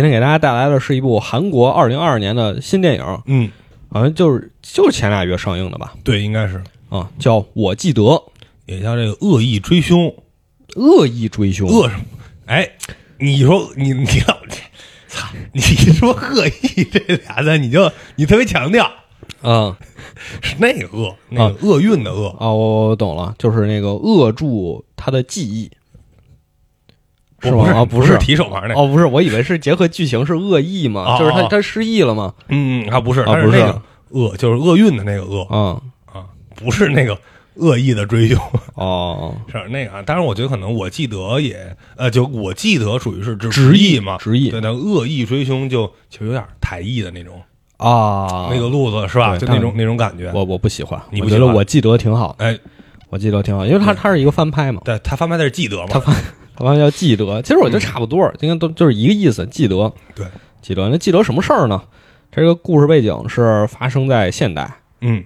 今天给大家带来的是一部韩国二零二二年的新电影，嗯，好像就是就是前俩月上映的吧？对，应该是啊，叫《我记得》，也叫这个恶意追凶，恶意追凶，恶什么？哎，你说你你要，操，你一说恶意这俩字，你就你特别强调嗯是那个恶，那个厄运的恶，啊，我我懂了，就是那个扼住他的记忆，是不吗？啊，不是提手旁那个，哦，不是，我以为是结合剧情是恶意嘛，哦就是他哦他失忆了嘛，嗯，啊，不是，啊它不是那个恶，就是厄运的那个恶啊、啊，不是那个恶意的追凶， 哦，是那个啊。当然，我觉得可能我记得也，呃，就我记得属于是直直译译嘛，直译对，那恶意追凶就其实有点台译的那种啊，那个路子是吧？对就但那种那种感觉。我我不喜欢，你我不觉喜得欢我记得挺好的，哎，我记得挺好，因为他他是一个翻拍嘛，对他翻拍的是记得他嘛？翻他翻叫记得，其实我觉得差不多，应该都就是一个意思，记得对，记得那记得什么事儿呢？这个故事背景是发生在现代，嗯，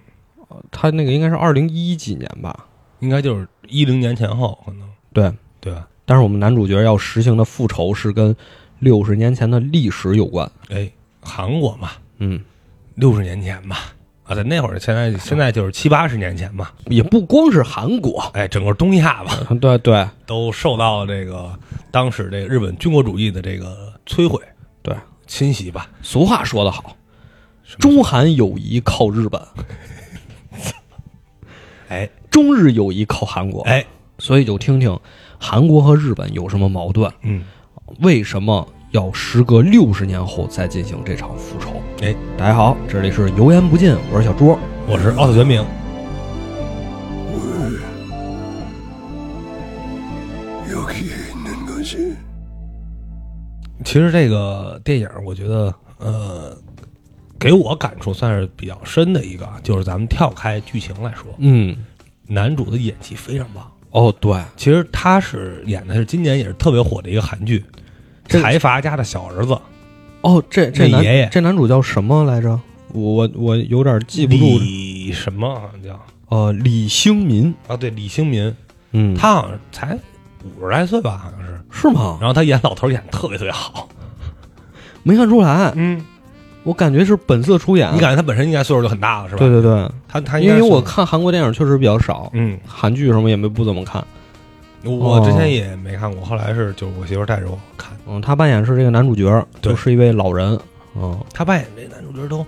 他那个应该是二零一几年吧，应该就是一零年前后，可能对，对吧？但是我们男主角要实行的复仇是跟六十年前的历史有关，哎，韩国嘛，嗯，六十年前嘛，啊，在那会儿，现在现在就是七八十年前嘛。也不光是韩国，哎，整个东亚吧，对对都受到这个当时这个日本军国主义的这个摧毁、对，侵袭吧。俗话说得好，什么中韩友谊靠日本，哎中日友谊靠韩国，哎，所以就听听韩国和日本有什么矛盾，嗯，为什么要时隔六十年后再进行这场复仇？哎，大家好，这里是油盐不进，我是小朱。我是奥特全明。 여기에 있는 것이 其实这个电影，我觉得，呃，给我感触算是比较深的一个啊，就是咱们跳开剧情来说，嗯，男主的演技非常棒。哦，对，其实他是演的是今年也是特别火的一个韩剧，这《个财阀家的小儿子》，哦，这这那男爷爷这男主叫什么来着？我我我有点记不住。李什么啊叫呃，李兴民，啊？对，李兴民，嗯，他好像才五十来岁吧，好像是。是吗？然后他演老头儿演得特别特别好，没看出来，嗯，我感觉是本色出演。你感觉他本身应该岁数就很大了，是吧？对对对，他他应因为该是我，看韩国电影确实比较少，嗯，韩剧什么也没不怎么看。我之哦前也没看过，后来是就是我媳妇儿带着我看，嗯，他扮演是这个男主角，对就是一位老人。嗯，他扮演这男主角都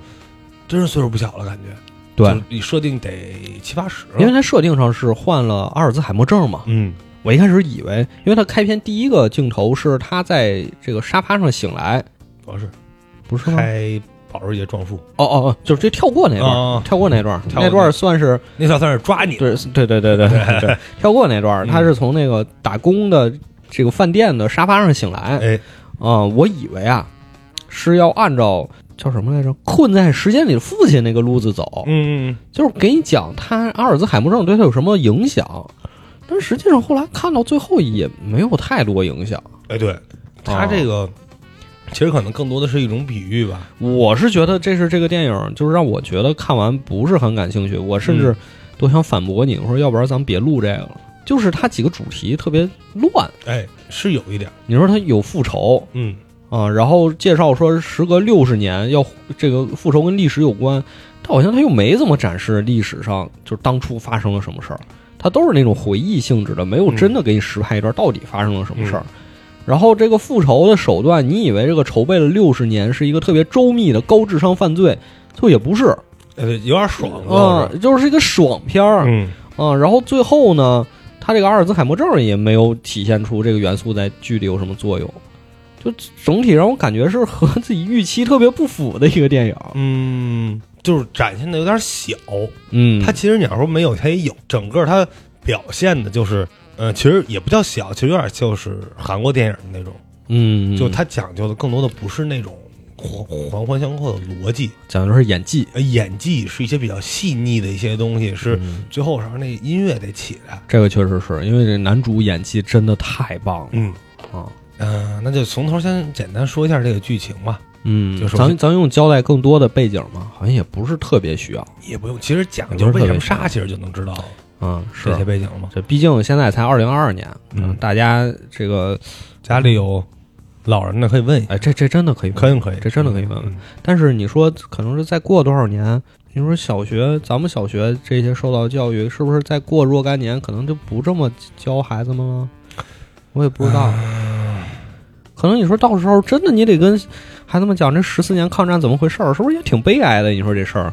真是岁数不小了，感觉，对，，你设定得七八十了，因为他设定上是患了阿尔兹海默症嘛。嗯，我一开始以为，因为他开篇第一个镜头是他在这个沙发上醒来，主要是不是吗？开保时捷撞树，哦哦哦，就是这跳过那段，啊跳过那段，跳过那段算是那算算是抓你，对对对 对对对对，跳过那段，嗯他是从那个打工的这个饭店的沙发上醒来。哎，啊、我以为啊是要按照叫什么来着，困在时间里的父亲那个路子走，嗯，就是给你讲他阿尔兹海默症对他有什么影响。但实际上后来看到最后也没有太多影响。哎，对，他这哦个其实可能更多的是一种比喻吧，我是觉得这是这个电影，就是让我觉得看完不是很感兴趣，我甚至都想反驳你，我说要不然咱们别录这个了。就是它几个主题特别乱，哎，是有一点，你说它有复仇嗯，啊，然后介绍说时隔六十年要这个复仇跟历史有关，但好像它又没怎么展示历史上就是当初发生了什么事儿，它都是那种回忆性质的，没有真的给你实拍一段到底发生了什么事儿。然后这个复仇的手段，你以为这个筹备了六十年是一个特别周密的高智商犯罪，就也不是，哎，对，有点爽啊了，，就是一个爽片儿，嗯，啊，然后最后呢，他这个阿尔兹海默症也没有体现出这个元素在剧里有什么作用，就整体让我感觉是和自己预期特别不符的一个电影。嗯，就是展现的有点小，嗯，他其实你要说没有，他也有，整个他表现的就是。呃，其实也不叫小，其实有点就是韩国电影的那种，嗯，就他讲究的更多的不是那种环环环相扣的逻辑，嗯讲究是演技，呃，演技是一些比较细腻的一些东西，是嗯最后时候那音乐得起来。这个确实是因为这男主演技真的太棒了嗯啊。嗯、那就从头先简单说一下这个剧情吧，嗯，就是咱咱用交代更多的背景嘛，好像也不是特别需要也不用，其实讲究为什么杀，其实就能知道啊。这些嗯是，背景了嘛。这毕竟现在才二零二二年，嗯大家这个家里有老人的可以问一下，哎，这这真的可以问，可以可以，这真的可以问问。嗯但是你说可能是再过多少年，你说小学咱们小学这些受到教育，是不是再过若干年可能就不这么教孩子们了？我也不知道。可能你说到时候真的你得跟孩子们讲这十四年抗战怎么回事儿，是不是也挺悲哀的？你说这事儿，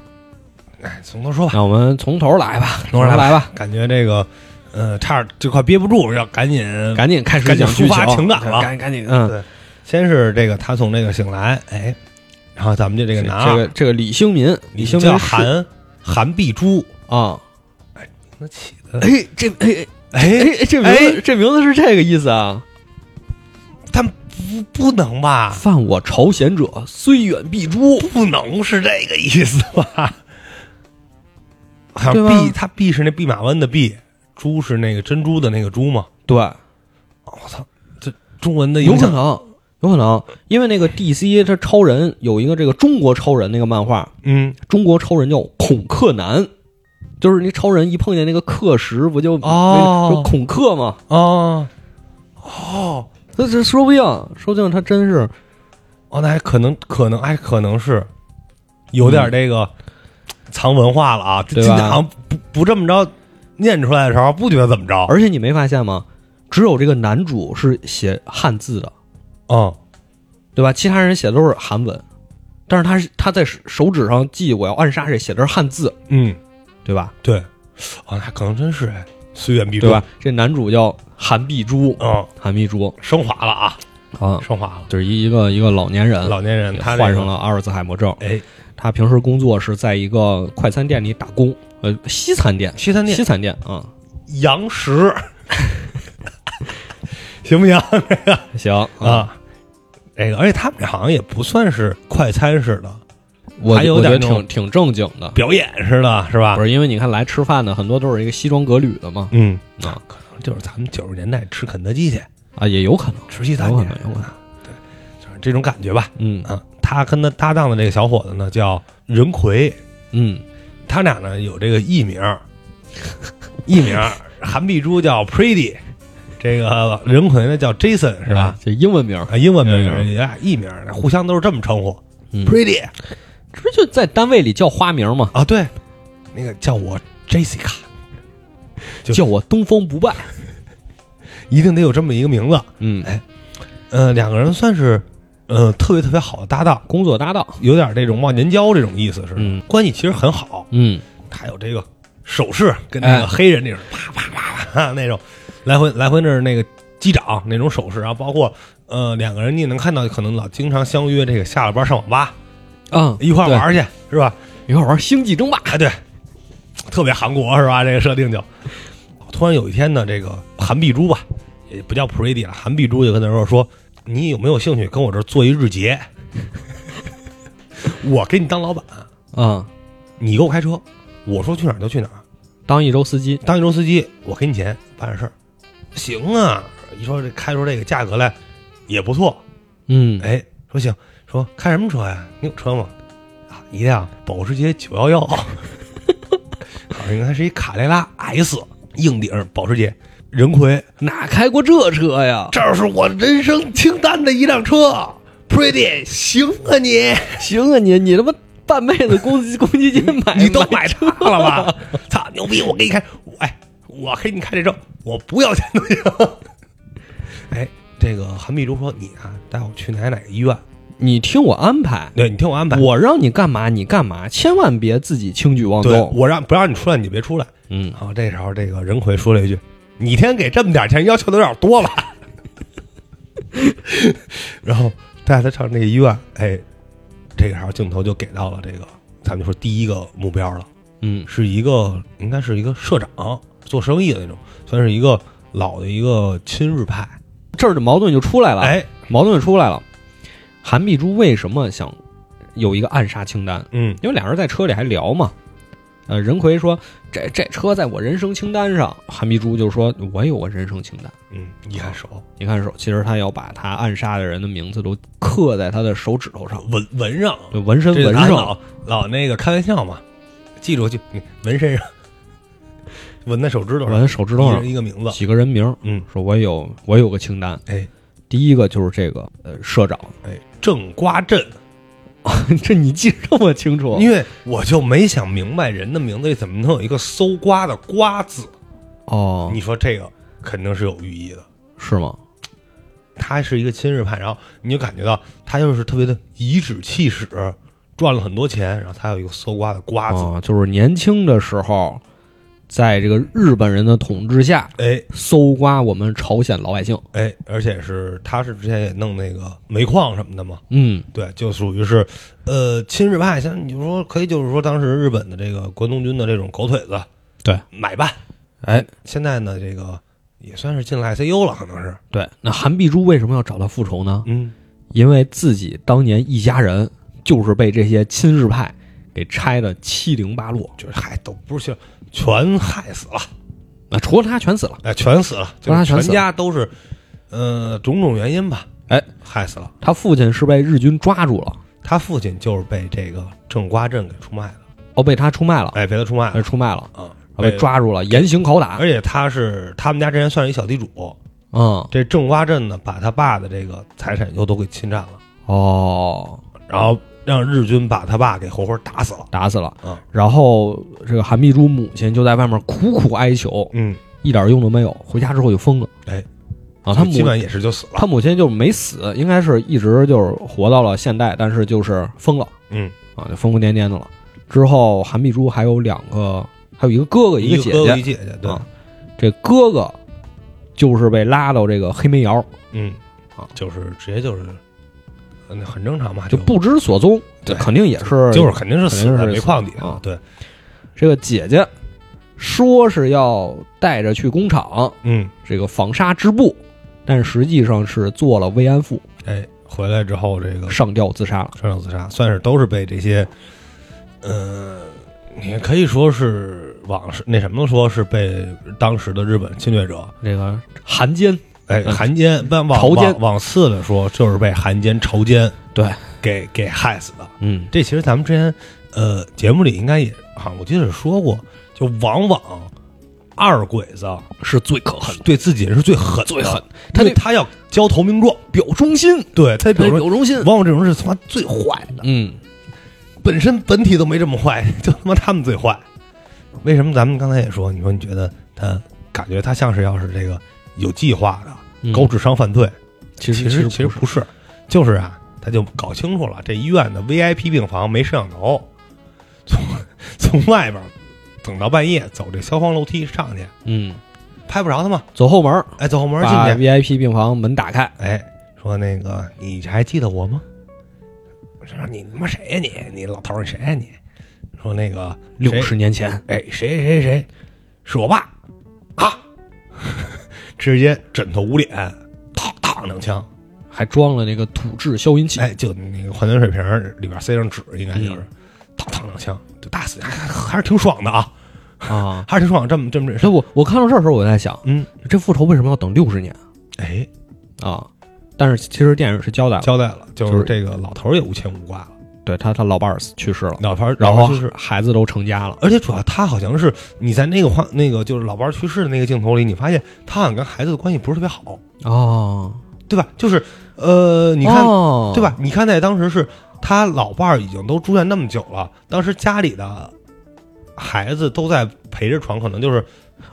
哎，从头说吧，那我们从头来吧，从从头头来吧来吧，感觉这个呃，差点就快憋不住，要赶紧赶紧开始赶紧讲剧抒发情情感了赶紧赶紧，嗯，先是这个他从这个醒来，哎，然后咱们就这个拿这个这个李兴民，李兴叫民是韩韩碧珠，啊，那起的哎，这哎哎，哎哎，这名字这名字是这个意思啊？但不不能吧？犯我朝鲜者，虽远必诛。不能是这个意思吧？好对像吧毕他毕是那弼马温的弼，珠是那个珍珠的那个珠嘛？对，我操，这中文的有影可响能，有可能，因为那个 DC 这超人有一个这个中国超人那个漫画，嗯中国超人叫孔克南，就是那超人一碰见那个克什，不就哦就孔克嘛？哦哦这这说不定，说不定他真是哦，那还可能可能哎，可能是有点这个藏文化了啊，嗯这对这吧好像不不这么着念出来的时候，不觉得怎么着，而且你没发现吗？只有这个男主是写汉字的，嗯对吧？其他人写的都是韩文，但是他是他在手指上记我要暗杀谁，写的是汉字，嗯，对吧？对，哦，那还可能真是哎，虽远必诛对吧？？这男主叫韩碧珠，嗯，韩碧珠升华了啊，啊，升华了，就是一一个一个老年人，老年人他这患个上了阿尔兹海默症。哎。他平时工作是在一个快餐店里打工，呃，西餐店，西餐西店餐店啊、洋食， 行不行行啊，啊？这个，而且他们好像也不算是快餐式的，我还有我觉得点那种挺挺正经的，表演似的，是吧不？是因为你看来吃饭的很多都是一个西装革履的嘛，嗯，啊可能就是咱们九十年代吃肯德基去，啊，也有可能，吃西餐有可去，能有可能对，就是这种感觉吧。嗯啊，他跟他搭档的这个小伙子呢叫任奎，嗯，他俩呢有这个艺名， 艺名韩碧珠叫 Pretty，这个任奎呢叫 Jason，是吧？？这英文名儿，啊，英文名嗯也俩艺名，互相都是这么称呼。嗯 Pretty 这不就在单位里叫花名嘛，啊，对，那个叫我 Jessica，就叫我东方不败，一定得有这么一个名字。嗯，呃，两个人算是呃特别特别好的搭档，工作搭档，有点这种忘年交这种意思是，嗯关系其实很好。嗯，还有这个手势跟那哎个黑人那种啪啪啪啪那种，啊呃来回来回那儿那个击掌那种手势，然后包括呃两个人你也能看到，可能老经常相约这个下了班上网吧啊，一块儿对玩，儿去，是 吧？一块儿玩《星际争霸》，哎，对，特别韩国是吧？这个设定就突然有一天呢，这个韩碧珠吧，也不叫 Pretty 了，韩碧珠就跟他说说，你有没有兴趣跟我这儿做一日结？ 我给你当老板，啊，你给我开车，我说去哪儿就去哪儿，当一周司机，当一周司机，我给你钱办点事儿。行啊，一说这开出这个价格来也不错，嗯，哎，说行，说开什么车呀？你有车吗？啊，一辆保时捷911，好像啊应该是一卡雷拉 S 硬顶保时捷。任奎，哪开过这车呀？这是我人生清单的一辆车，Pretty，行啊你， 行啊你，你他妈半辈子公 积公积金买你都买它了吧？ 操，牛逼！我给你开，我哎，我给你开这证，我不要钱都行。 哎，这个韩碧珠说你啊，带我去哪哪个医院？你听我安排，对你听我安排，我让你干嘛你干嘛，千万别自己轻举妄对动。我让不让你出来你就别出来。嗯，然后这时候，这个任奎说了一句：“你一天给这么点钱，要求的有点多吧？” 然后带他上这个医院，哎，这个时候镜头就给到了这个，咱们就说第一个目标了，嗯是一个应该是一个社长，做生意的那种，算是一个老的一个亲日派。这儿的矛盾就出来了，哎，矛盾就出来了。韩碧珠为什么想有一个暗杀清单？嗯因为俩人在车里还聊嘛。呃，任奎说这这车在我人生清单上，韩碧珠就说我也有我人生清单。嗯，一看手你看手，其实他要把他暗杀的人的名字都刻在他的手指头上，纹纹上，就纹身这纹咱上。老啊老那个开玩笑嘛，记住就你纹身 上，纹在手指头上，纹手指头一上人一个名字。几个人名，嗯，说我有我有个清单，哎，第一个就是这个呃社长， 哎，正瓜镇，这你记这么清楚？啊因为我就没想明白人的名字里怎么能有一个搜刮的瓜字。哦，你说这个肯定是有寓意的。是吗？他是一个亲日派，然后你就感觉到他就是特别的颐指气使，赚了很多钱，然后他有一个搜刮的瓜子，啊，就是年轻的时候，在这个日本人的统治下，哎搜刮我们朝鲜老百姓。哎，而且是他是之前也弄那个煤矿什么的嘛，嗯，对，就属于是呃亲日派，像你说可以就是说当时日本的这个关东军的这种狗腿子，对，买办，哎，现在呢这个也算是进了 ICU 了，可能是，对，那韩碧珠为什么要找他复仇呢？嗯，因为自己当年一家人就是被这些亲日派给拆的七零八落，就是嗨都不是全害死了。那除了他全死了。哎，全死了，就让他是全全死了家都是，呃，种种原因吧，哎，害死了。他父亲是被日军抓住了，他父亲就是被这个郑瓜镇给出卖的，哦，被他出卖了，哎，被他出卖被了，出卖了，啊，被。抓住了，严刑拷打。而且他是他们家之前算是一小地主，嗯，这郑瓜镇呢，把他爸的这个财产又都给侵占了，哦，然后让日军把他爸给活活打死了。打死了。啊，然后这个韩碧珠母亲就在外面苦苦哀求，嗯，一点用都没有。回家之后就疯了。哎，啊，他母基本也是就死了。他母亲就没死，应该是一直就是活到了现代，但是就是疯了嗯，啊，就疯疯癫癫的了。之后韩碧珠还有两个，还有一个哥哥，嗯一个姐哥哥一姐。姐姐，对啊，这哥哥就是被拉到这个黑煤窑，嗯，啊，就是直接就是，嗯很正常嘛，就不知所踪，对肯定也是就是肯定是死肯定在是煤矿底啊了。对，这个姐姐说是要带着去工厂嗯，这个纺纱织布，但实际上是做了慰安妇，哎，回来之后，这个上吊自杀了。上吊自杀，算是都是被这些，呃，也可以说是往事那什么说是被当时的日本侵略者，这个汉奸哎，嗯汉奸，往往朝奸往往次的说，就是被汉奸、朝奸对，给给害死的。嗯，这其实咱们之前呃节目里应该也好像我记得是说过，就往往二鬼子是最可恨的，对自己人是最狠的最狠，他他得他要交投名状，表忠心，对他他得比如表说，忠心。往往这种人是他妈最坏的。嗯，本身本体都没这么坏， 就他妈他们最坏。为什么咱们刚才也说，你说你觉得他感觉他像是要是这个有计划的嗯高智商犯罪？其其实其实不不是，就是啊，他就搞清楚了，这医院的 VIP 病房没摄像头，从 从外边等到半夜走这消防楼梯上去，嗯，拍不着他嘛，走后门儿，哎，走后门进把去， VIP 病房门打开，哎，说那个你还记得我吗？我说你他妈谁呀、你？你老头儿你谁呀、你？说那个六谁十年前，哎，谁谁谁是我爸啊！直接枕头捂脸，嘡嘡两枪，还装了那个土制消音器。哎，就那个矿泉水瓶儿里边塞上纸，应该嗯就是嘡嘡两枪，就打死，还还是挺爽的啊，啊，还是挺爽，这么这么这所以我我看到这儿的时候，我在想，嗯，这复仇为什么要等六十年哎，啊？但是其实电影是交代了，交代了，就就是是这个老头儿也无牵无挂了，对他他老伴儿死去世了，老头儿然后啊就是。孩子都成家了。而且主要他好像是你在那个画那个就是老伴儿去世的那个镜头里，你发现他好像跟孩子的关系不是特别好，哦，对吧？就是呃，你看哦对吧？？你看在当时是他老伴儿已经都住院那么久了，当时家里的孩子都在陪着床，可能就是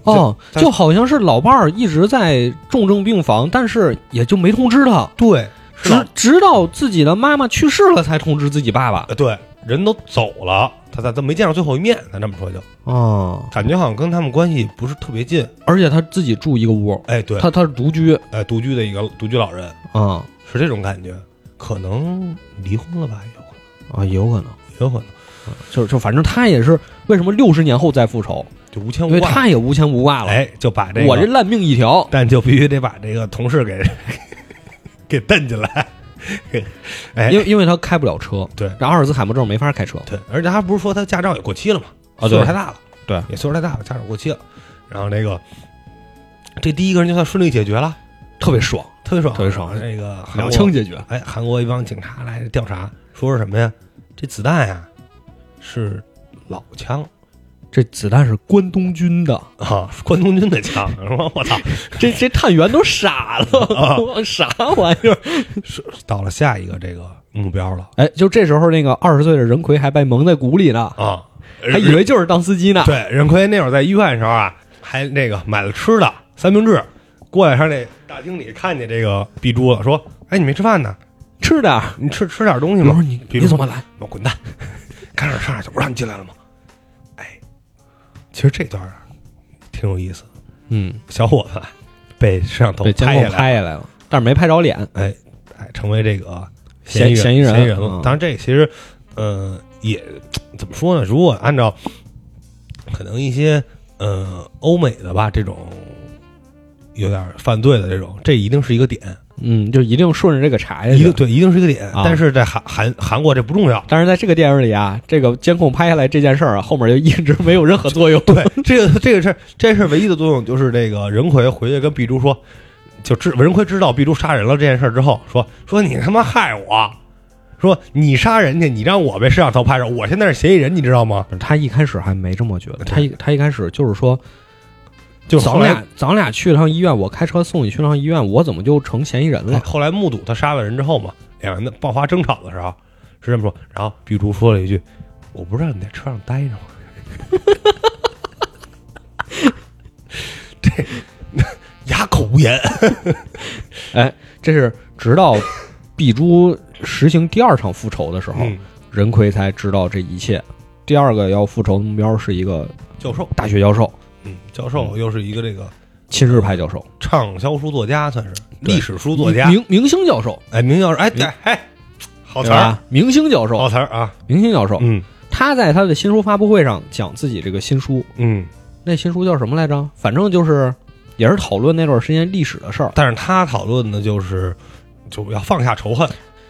哦，在就好像是老伴儿一直在重症病房，但是也就没通知他，对，是直吧？直到自己的妈妈去世了才通知自己爸爸。呃对，人都走了，他他他没见着最后一面，咱这么说就哦，感觉好像跟他们关系不是特别近。而且他自己住一个屋，哎，对，他他是独居哎，独居的一个独居老人啊是这种感觉，可能离婚了吧，有可啊，也有可能，能，有可能就就反正他也是为什么六十年后再复仇，就无牵因无为挂。他也无牵无挂了，哎，就把这个我这烂命一条，但就必须得把这个同事给 给蹬进来。 哎，因为因为他开不了车，对这阿尔兹海默症没法开车，对，而且他不是说他驾照也过期了嘛？啊对岁数太大了，对也岁数太大了，驾照过期了。然后那个，这第一个人就算顺利解决了，特别爽，特别爽，啊特别爽那个韩两国枪解决，哎，韩国一帮警察来调查，说是什么呀？这子弹呀是老枪，这子弹是关东军 的，啊，关东军的枪， 是吧？我操！这这探员都傻了，啥玩意 儿？是到了下一个这个目标了哎，就这时候，那个二十岁的任奎还被蒙在鼓里呢，啊，还以为就是当司 机呢。对任奎那会儿在医院的时候啊，还那个买了吃的三明治，过来上那大厅里看见这个碧珠了，说：“哎，你没吃饭呢？吃点儿，你吃吃点东西我吗说？”你碧你珠怎么来？我滚蛋！看着上来就不让你进来了吗？哎，其实这段啊挺有意思，嗯，小伙子啊被摄像头被监拍下控来，拍下来了，但是没拍着脸。哎哎，成为这个嫌嫌嫌疑疑人嫌疑人了嗯。当然，这其实呃也怎么说呢？如果按照可能一些呃欧美的吧，这种有点犯罪的这种，这一定是一个点，嗯，就一定顺着这个查下一去定。对，一定是一个点。哎啊但是在韩韩韩国这不重要。但是在这个电影里啊，这个监控拍下来这件事儿啊，后面就一直没有任何 作用。 对，这个这个事儿，这事儿唯一的作用就是这个任奎回去跟碧珠说，就知任奎知道碧珠杀人了这件事儿之后，说说你他妈害我，说你杀人去，你让我被摄像头拍着，我现在是嫌疑人，你知道吗？他一开始还没这么觉得，对他一他一开始就是说，就咱后们来俩咱们俩去趟医院，我开车送你去趟医院，我怎么就成嫌疑人了？后来目睹他杀了人之后嘛，两人的爆发争吵的时候是这么说，然后碧珠说了一句：“我不知道你在车上待着吗？” 这 哑口无言。哎，这是直 到碧珠实行第二场复仇的时嗯候，任奎才知道这一切。第二个要复仇的目标是一个教授，大学教授，嗯，教授又是一个这个亲日派教授，畅销书作家，算是对历史书作家。明明星教授，哎，名教授，哎，对，哎，好对词儿，吧？明星教好授，词儿啊，明星教授，嗯他在他的新书发布会上讲自己这个新书，嗯。那新书叫什么来着？反正就是也是讨论那段时间历史的事儿。但是他讨论的就是，就要放下仇恨，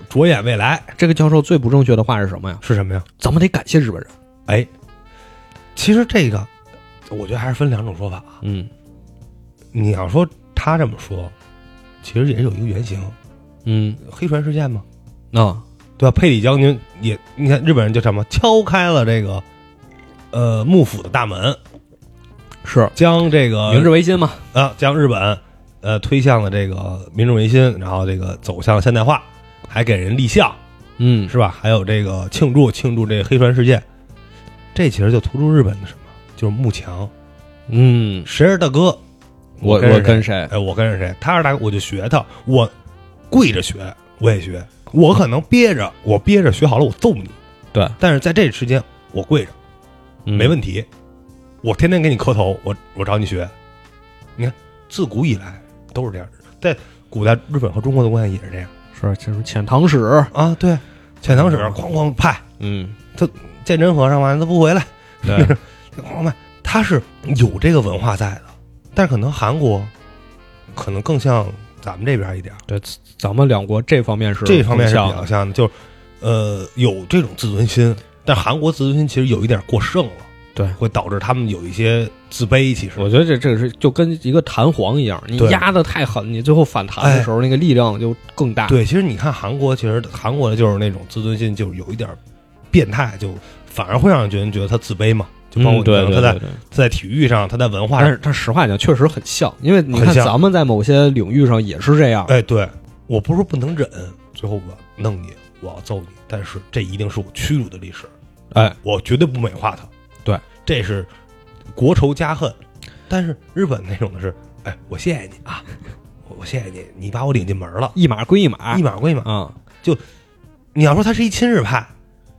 着眼未来这个教授最不正确的话是什么呀？是什么呀？咱们得感谢日本人。啊哎，其实这个，我觉得还是分两种说法啊。嗯你要说他这么说，其实也有一个原型，嗯，啊黑船事件嘛，那、对吧？佩里将军也，你看日本人就什么敲开了这个，呃，幕府的大门，是将这个明治维新嘛。啊，将日本呃推向了这个民主维新，然后这个走向现代化，还给人立像嗯是吧？还有这个庆祝庆祝这个黑船事件，这其实就突出日本的什么，就是幕强，嗯，谁是大哥？我跟我谁跟谁？哎，我跟着谁，他是大哥，我就学他，我跪着学，我也学，我可能憋着，我憋着学好了，我揍你，对，但是在这之间，我跪着嗯没问题，我天天给你磕头，我我找你学，你看自古以来都是这样的，在古代日本和中国的关系也是这样题。嗯是这是遣唐使。啊，对，遣唐使哐哐派，嗯，鉴真和尚完了他不回来， 对，哐哐派，他是有这个文化在的，但是可能韩国可能更像咱们这边一点儿。对，咱们两国这方面是这方面是更比像较的像的，就是呃有这种自尊心，但韩国自尊心其实有一点过剩了，对会导致他们有一些自卑。其实我觉得这这个是就跟一个弹簧一样，你对哎压的太狠，你最后反弹的时候那个力量就更大。对，其实你看韩国，其实韩国的就是那种自尊心就是有一点变态，就反而会让人觉得觉得他自卑嘛。就嗯，包括可对能对他在对对。他在体育上，他在文化但上，是，但实话讲，确实很像，因为你很看像咱们在某些领域上也是这样。哎，对，我不是说不能忍，最后我弄你，我要揍你，但是这一定是我屈辱的历史，哎，我绝对不美化它。对，这是国仇家恨。但是日本那种的是，哎，我谢谢你啊，我我谢谢你，你把我领进门了，一码归一码一码归一码。啊，你要说他是一亲日派，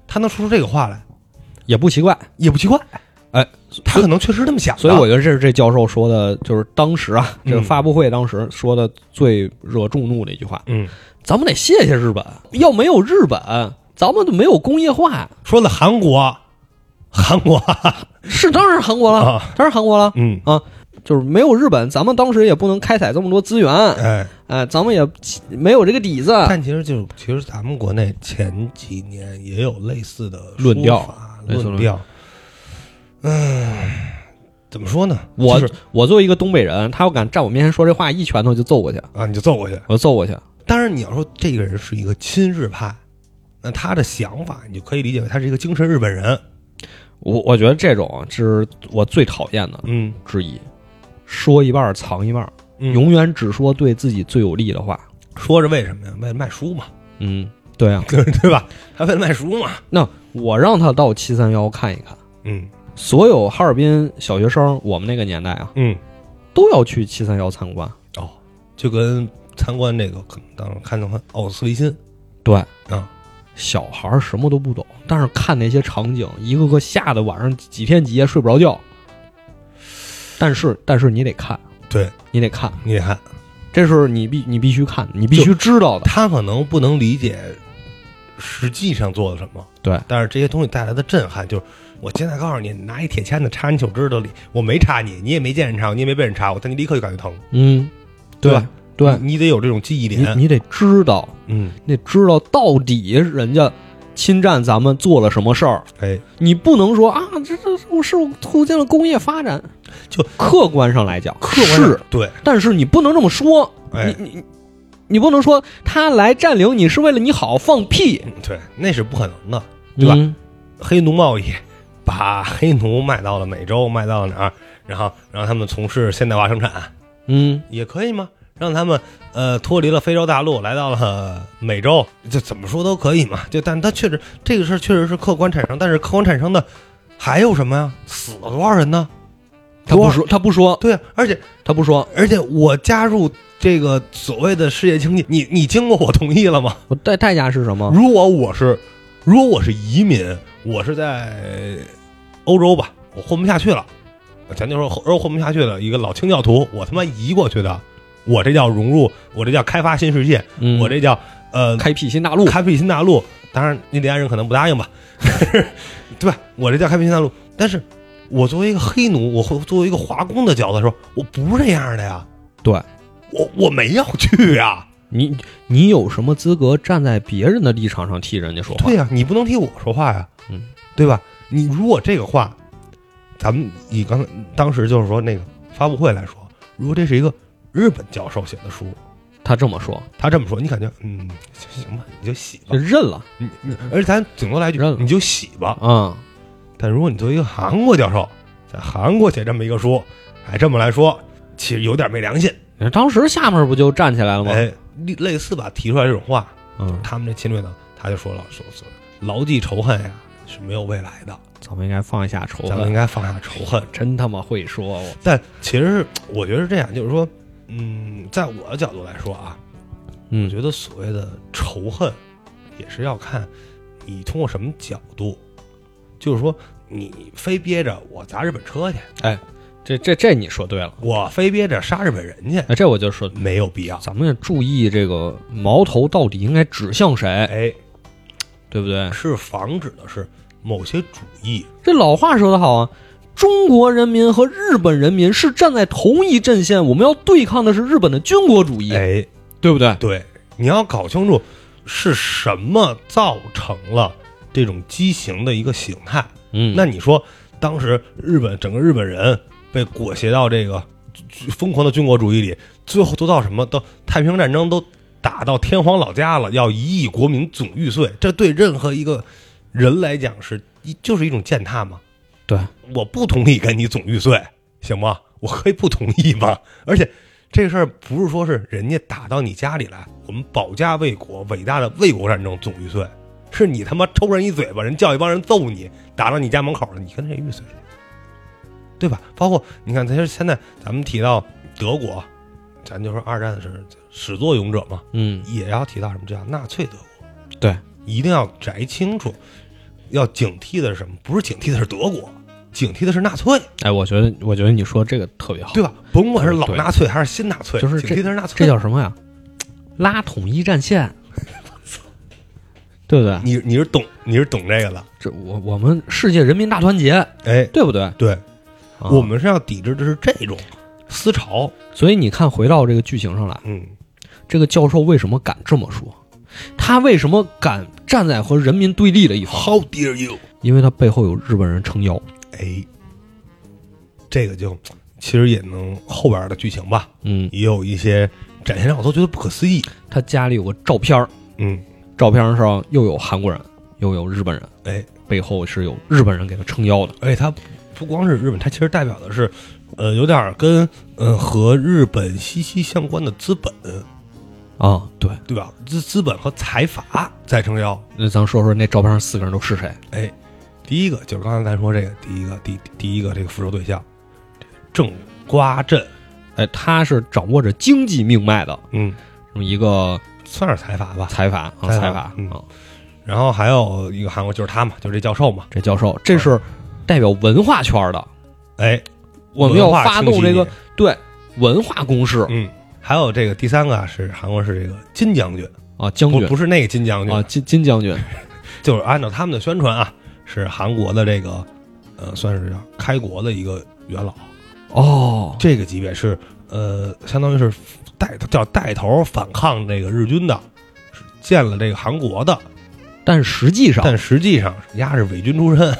他能说出这个话来也不奇怪。也不奇怪。哎，他可能确实这么想的。所以我觉得这是这教授说的，就是当时啊，啊嗯这个发布会当时说的最惹众怒的一句话：嗯，咱们得谢谢日本，要没有日本，咱们就没有工业化。说了韩国，韩国，是，当然韩国了啊，当然韩国了。嗯，就是没有日本，咱们当时也不能开采这么多资源，哎，哎，咱们也没有这个底子。但其实就是，其实咱们国内前几年也有类似的论说调法类似论论调。嗯，怎么说呢？我就是我作为一个东北人，他要敢站我面前说这话，一拳头就揍过去，啊，你就揍过去。我就揍过去。当然，你要说这个人是一个亲日派，那他的想法你就可以理解为他是一个精神日本人。我我觉得这种啊是我最讨厌的嗯，之一，说一半儿藏一半儿，嗯永远只说对自己最有利的话。说是为什么呀？为了卖书嘛， 嗯，对啊，对对吧？他为了卖书嘛。那我让他到七三幺看一看，嗯所有哈尔滨小学生，我们那个年代啊，嗯，都要去七三幺参观。哦，就跟参观这个，可能当时看的话，奥斯维辛对，啊，小孩儿什么都不懂，但是看那些场景，一个个吓得晚上几天几夜睡不着觉。但是，但是你得看，对你得看，你得看，这是你必你必须看，你必须知道的。他可能不能理解实际上做了什么，对，但是这些东西带来的震撼，就是我现在告诉你，拿一铁签子插你手指头里，我没插你，你也没见人插我，你也没被人插我，但你立刻就感觉疼，嗯，对吧？对，你你得有这种记忆你点。你得知道，嗯，你得知道到底人家侵占咱们做了什么事儿。哎，你不能说啊，这这我是我促进了工业发展，就客观上来讲客观是，对，但是你不能这么说，哎，你你你不能说他来占领你是为了你好，放屁，嗯对，那是不可能的。对吧嗯黑奴贸易，把黑奴卖到了美洲，卖到了哪儿，然后让他们从事现代化生产，嗯，也可以吗？让他们呃脱离了非洲大陆，来到了美洲，这怎么说都可以嘛？就但他确实这个事儿确实是客观产生，但是客观产生的还有什么呀？死了多少人呢？他不说，他不说，对啊，而且他不说，而且我加入这个所谓的世界经济，你你经过我同意了吗？我代代价是什么？如果我是，如果我是移民，我是在欧洲吧，我混不下去了，咱就说欧洲混不下去了，一个老清教徒，我他妈移过去的，我这叫融入，我这叫开发新世界，嗯我这叫呃开辟新大陆，开辟新大陆。当然，印第安人可能不答应吧， 对吧？我这叫开辟新大陆，但是我作为一个黑奴，我会作为一个华工的角色说，我不是这样的呀，对我我没要去呀，你你有什么资格站在别人的立场上替人家说话对？呀、你不能替我说话呀，嗯，对吧？你如果这个话，咱们以刚才当时就是说那个发布会来说，如果这是一个日本教授写的书，他这么说他这么说，你感觉嗯行行吧，你就洗吧就，认了你你而且咱顶多来一句认了你就洗吧。啊，但如果你作为一个韩国教授，在韩国写这么一个书，哎，这么来说，其实有点没良心。当时下面不就站起来了吗？哎，类类似吧，提出来这种话，嗯，他们这侵略党他就说了，说说牢记仇恨呀是没有未来的，咱们应该放下仇咱们恨，应该放下仇恨。真他妈会说，我但其实是我觉得是这样，就是说，嗯，在我的角度来说啊，我嗯觉得所谓的仇恨，也是要看你通过什么角度，就是说你非憋着我砸日本车去，哎这这这你说对了，我非憋着杀日本人去，哎，这我就说，没有必要。咱们也注意这个矛头到底应该指向谁，哎，对不对？是防止的是某些主义，这老话说得好啊，中国人民和日本人民是站在同一阵线，我们要对抗的是日本的军国主义，哎，对不对？对，你要搞清楚是什么造成了这种畸形的一个形态。嗯，那你说，当时日本整个日本人被裹挟到这个疯狂的军国主义里，最后都到什么？到太平洋战争都打到天皇老家了，要一亿国民总玉碎，这对任何一个人来讲是一就是一种践踏嘛。对，我不同意跟你总玉碎，行吗？我可以不同意吗？而且这事儿不是说是人家打到你家里来，我们保家卫国，伟大的卫国战争总玉碎，是你他妈抽人一嘴巴，人叫一帮人揍你，打到你家门口了，你跟谁玉碎？对吧？包括你看，其实现在咱们提到德国，咱就说二战是始作俑者嘛，嗯，也要提到什么叫纳粹德国，对，一定要摘清楚，要警惕的是什么？不是警惕的是德国，警惕的是纳粹，哎，我觉得我觉得你说这个特别好，对吧？甭管是老对纳粹还是新纳粹，就是警惕的是纳这粹。叫什么呀？拉统一战线，对不对？你你是懂你是懂这个的，这我我们世界人民大团结，哎，对不对？对，啊我们是要抵制的是这种思潮，所以你看，回到这个剧情上来。嗯，这个教授为什么敢这么说？他为什么敢站在和人民对立的一方？ How dare you？因为他背后有日本人撑腰。哎，这个就其实也能后边的剧情吧，嗯，也有一些展现让我都觉得不可思议。他家里有个照片儿，嗯照片上又有韩国人，又有日本人，哎，背后是有日本人给他撑腰的。而且它不光是日本，它其实代表的是，呃，有点儿跟嗯、呃和日本息息相关的资本，啊，对，对吧？资资本和财阀在撑腰。那咱说说那照片上四个人都是谁？哎，第一个就是刚才咱说这个，第一个第第一个这个复仇对象，郑瓜镇，哎，他是掌握着经济命脉的嗯，这么一个算是财阀吧。财阀啊，财阀财阀嗯啊，然后还有一个韩国就是他嘛，就是这教授嘛。这教授，这是代表文化圈的，哎，我们要文化发冲动击这力个对文化攻势嗯，还有这个第三个啊是韩国是这个金将军，啊，将不军不是那个金将军，啊，金金将军就是按照他们的宣传啊，是韩国的这个呃算是开国的一个元老，啊哦，这个级别是呃相当于是带叫带头反抗这个日军的，是建了这个韩国的，但实际上，但实际上人家是伪军出身，啊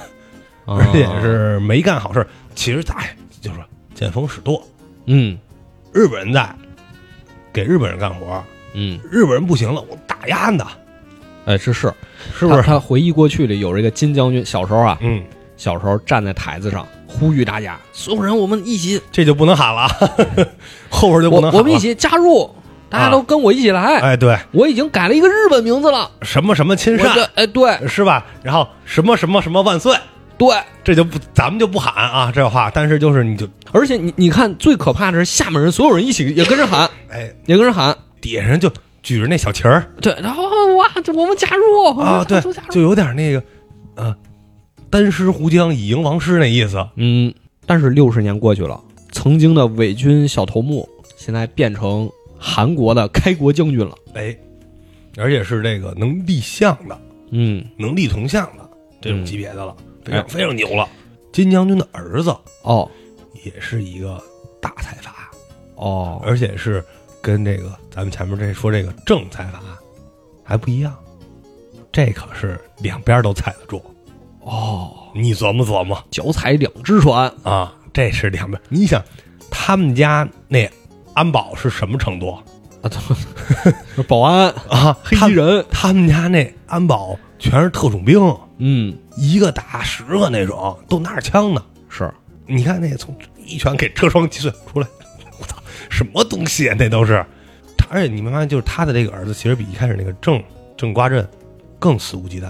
而且是没干好事儿。其实，哎，就是说见风使舵，嗯日本人在给日本人干活，嗯，日本人不行了，我打压的，哎，这是是不他是？他回忆过去里有这个金将军，小时候啊，嗯，小时候站在台子上呼吁大家，所有人我们一起，这就不能喊了 啊，后边就我不能喊了。啊我们一，起加入，大家都跟我一起来。哎，对，我已经改了一个日本名字了，什么什么我亲的善哎对是吧？然后什么什么什么万岁，对，这就不咱们就不喊啊这话，但是就是你就而且你你看最可怕的是下面人所有人一起也跟着喊，哎也跟着喊，底下人就举着那小旗儿对，然后哇，这我们加入啊， 对都加，入就有点那个呃，单师胡将以迎王师那意思。嗯，但是六十年过去了，曾经的伪军小头目现在变成韩国的开国将军了。哎，而且是这个能立项的、嗯，能立铜像的这种嗯级别的了，非哎常非常牛了。金将军的儿子哦也是一个大财阀，哦，而且是跟这个咱们前面这说这个正财阀还不一样，这可是两边都踩得住。哦，你琢磨琢磨脚踩两只船， 啊，这是两边。你想，他们家那安保是什么程度保安、啊？ 黑他衣人，他们家那安保全是特种兵， 嗯，一个打十个那种，都拿着枪呢。是你看那从一拳给车窗击碎出来，我操，什么东西啊？那都是。他而且你没发现，就是他的这个儿子，其实比一开始那个郑郑瓜镇更肆无忌惮，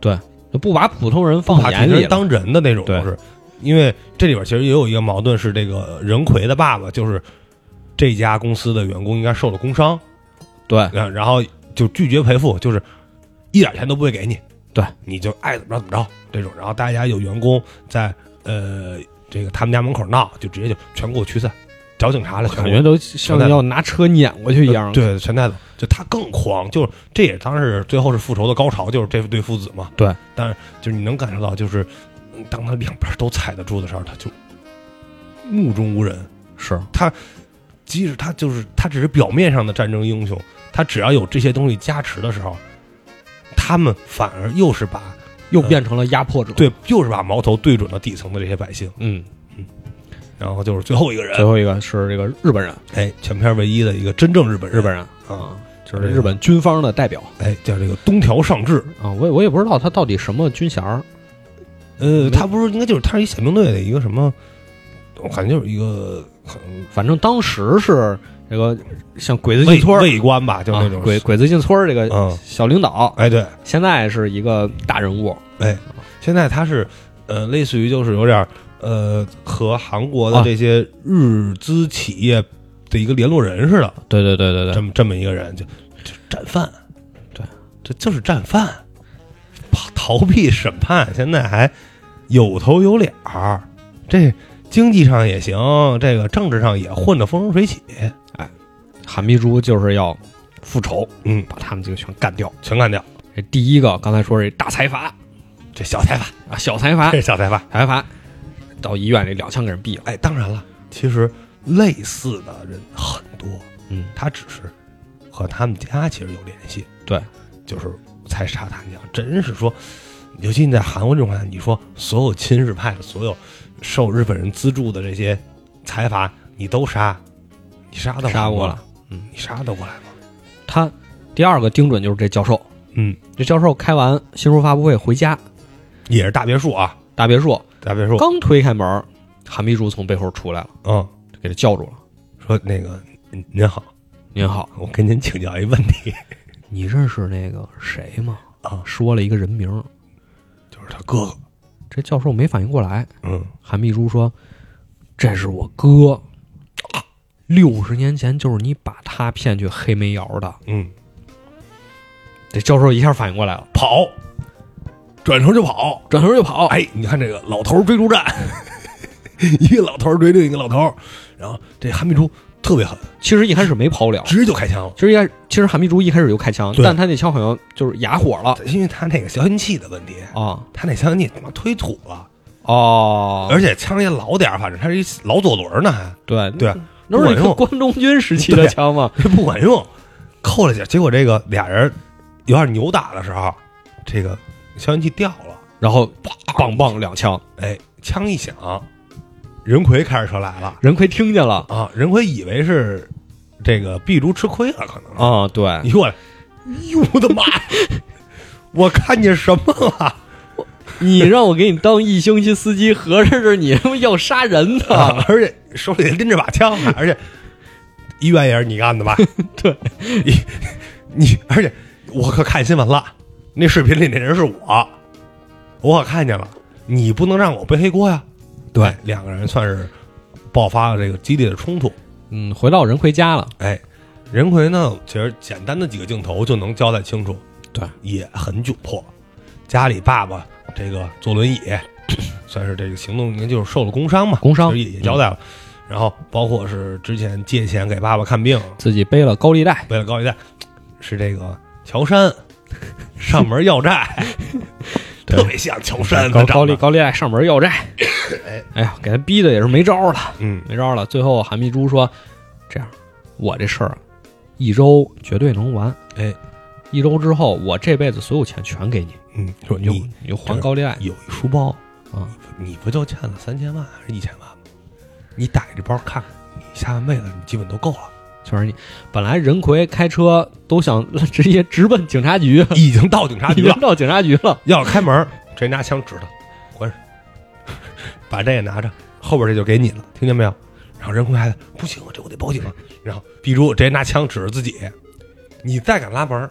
对，就不把普通人放把眼别里人了。当人的那种，对就是因为这里边其实也有一个矛盾，是这个任奎的爸爸，就是这家公司的员工应该受了工伤，对然然后就拒绝赔付，就是一点钱都不会给你，对，你就爱怎么着怎么着这种。然后大家有员工在呃这个他们家门口闹，就直接就全给我驱散，找警察来，感全给觉我呃都像要拿车碾过去一样。对，全带走。就他更狂，就是这也当时最后是复仇的高潮，就是这对父子嘛。对，但是就是你能感受到，就是嗯当他两边都踩得住的时候，他就目中无人。是即使他就是他只是表面上的战争英雄，他只要有这些东西加持的时候，他们反而又是把又变成了压迫者。，对，又是把矛头对准了底层的这些百姓。嗯，然后就是最后一个最人，后一个是这个日本人，哎，全片唯一的一个真正日本人日本人啊，，嗯就是日本军方的代表哎，叫这个东条尚志。啊。我也我也不知道他到底什么军衔儿。嗯呃，他不是应该就是他是一宪兵队的一个什么？我感觉就是一个很反正当时是这个像鬼子进村儿，卫官吧，就那种啊、鬼鬼子进村儿这个嗯，小领导，哎对，现在是一个大人物。现在他是呃，类似于就是有点儿呃，和韩国的这些日资企业的一个联络人似的，对对对对这，么这么一个人，就就战犯，对，这就是战犯，跑逃避审判，现在还有头有脸儿，这经济上也行，这个政治上也混得风生水起，韩碧珠就是要复仇，嗯，把他们几个全干掉。全干掉，这第一个刚才说这大财阀这小财阀，啊，小财阀这，是小财阀。财阀到医院里两枪给人毙了。哎，当然了，其实类似的人很多，嗯，他只是和他们家其实有联系，对，就是才查他讲，真是说，尤其你在韩国这种环境，你说所有亲日派的、所有受日本人资助的这些财阀，你都杀，你杀得杀过过来吗嗯了，你杀得过来吗？他第二个盯准就是这教授，嗯，这教授开完新书发布会回家，也是大别墅啊，大别墅大别墅，刚推开门，韩碧珠从背后出来了，嗯，就给他叫住了。说那个嗯您好，您好，我跟您请教一问题，你认识那个谁吗？啊说了一个人名，就是他哥哥，这教授没反应过来。嗯，韩碧珠说：“这是我哥，六十年前就是你把他骗去黑煤窑的。嗯，”这教授一下反应过来了，跑，转头就跑，转头就跑。哎，你看这个老头儿追逐战， 一个老头儿追另一个老头儿，然后这韩碧珠特别狠，其实一开始没跑了，直接就开枪了，其实一开，其实韩碧珠一开始就开枪，对但他那枪好像就是哑火了因为他那个消音器的问题，啊他那消音器他妈忒土了，哦，而且枪也老点儿，反正他是一老左轮儿呢，还对对，啊那不是一个关东军时期的枪吗？这不管用，扣了去，结果这个俩人有点扭打的时候，这个消音器掉了，然后棒棒两枪，哎，枪一响，任奎开着车来了任奎听见了啊，任奎以为是这个碧珠吃亏了，可能是啊，对， 你过来，哟我的妈！我看见什么了？ 你让我给你当一星期司机，合着是你他妈要杀人 呢？啊而且手里拎着把枪呢，而且医院也是你干的吧？对，你你，而且我可看新闻了，那视频里那人是我，我可看见了，你不能让我背黑锅呀！对，两个人算是爆发了这个激烈的冲突。嗯，回到任奎家了，哎，任奎呢，其实简单的几个镜头就能交代清楚，对，也很窘迫。家里爸爸这个坐轮椅，算是这个行动，就是受了工伤嘛，工伤嗯其实也也交代了。然后包括是之前借钱给爸爸看病，自己背了高利贷，为了高利贷，是这个乔 杉上门要债，对特别像乔杉，高他长高利得高利贷上门要债，哎呀，给他逼的也是没招了，嗯没招了。最后韩碧珠说：“这样，我这事儿啊一周绝对能完，哎一周之后我这辈子所有钱全给你，嗯，说你就你你就还高利贷有一书包，啊。你不就欠了三千万还是一千万吗？你打开这包看看，你下半辈子你基本都够了，就是你本来任奎开车都想直接直奔警察局， 已经到警察已局经 了。到警察局了。 要是开门，谁拿枪指他，关上， 把这个拿着，后边这就给你了，听见没有？然后任坤还在不行，这我得报警啊。然后碧珠直接拿枪指着自己，你再敢拉门，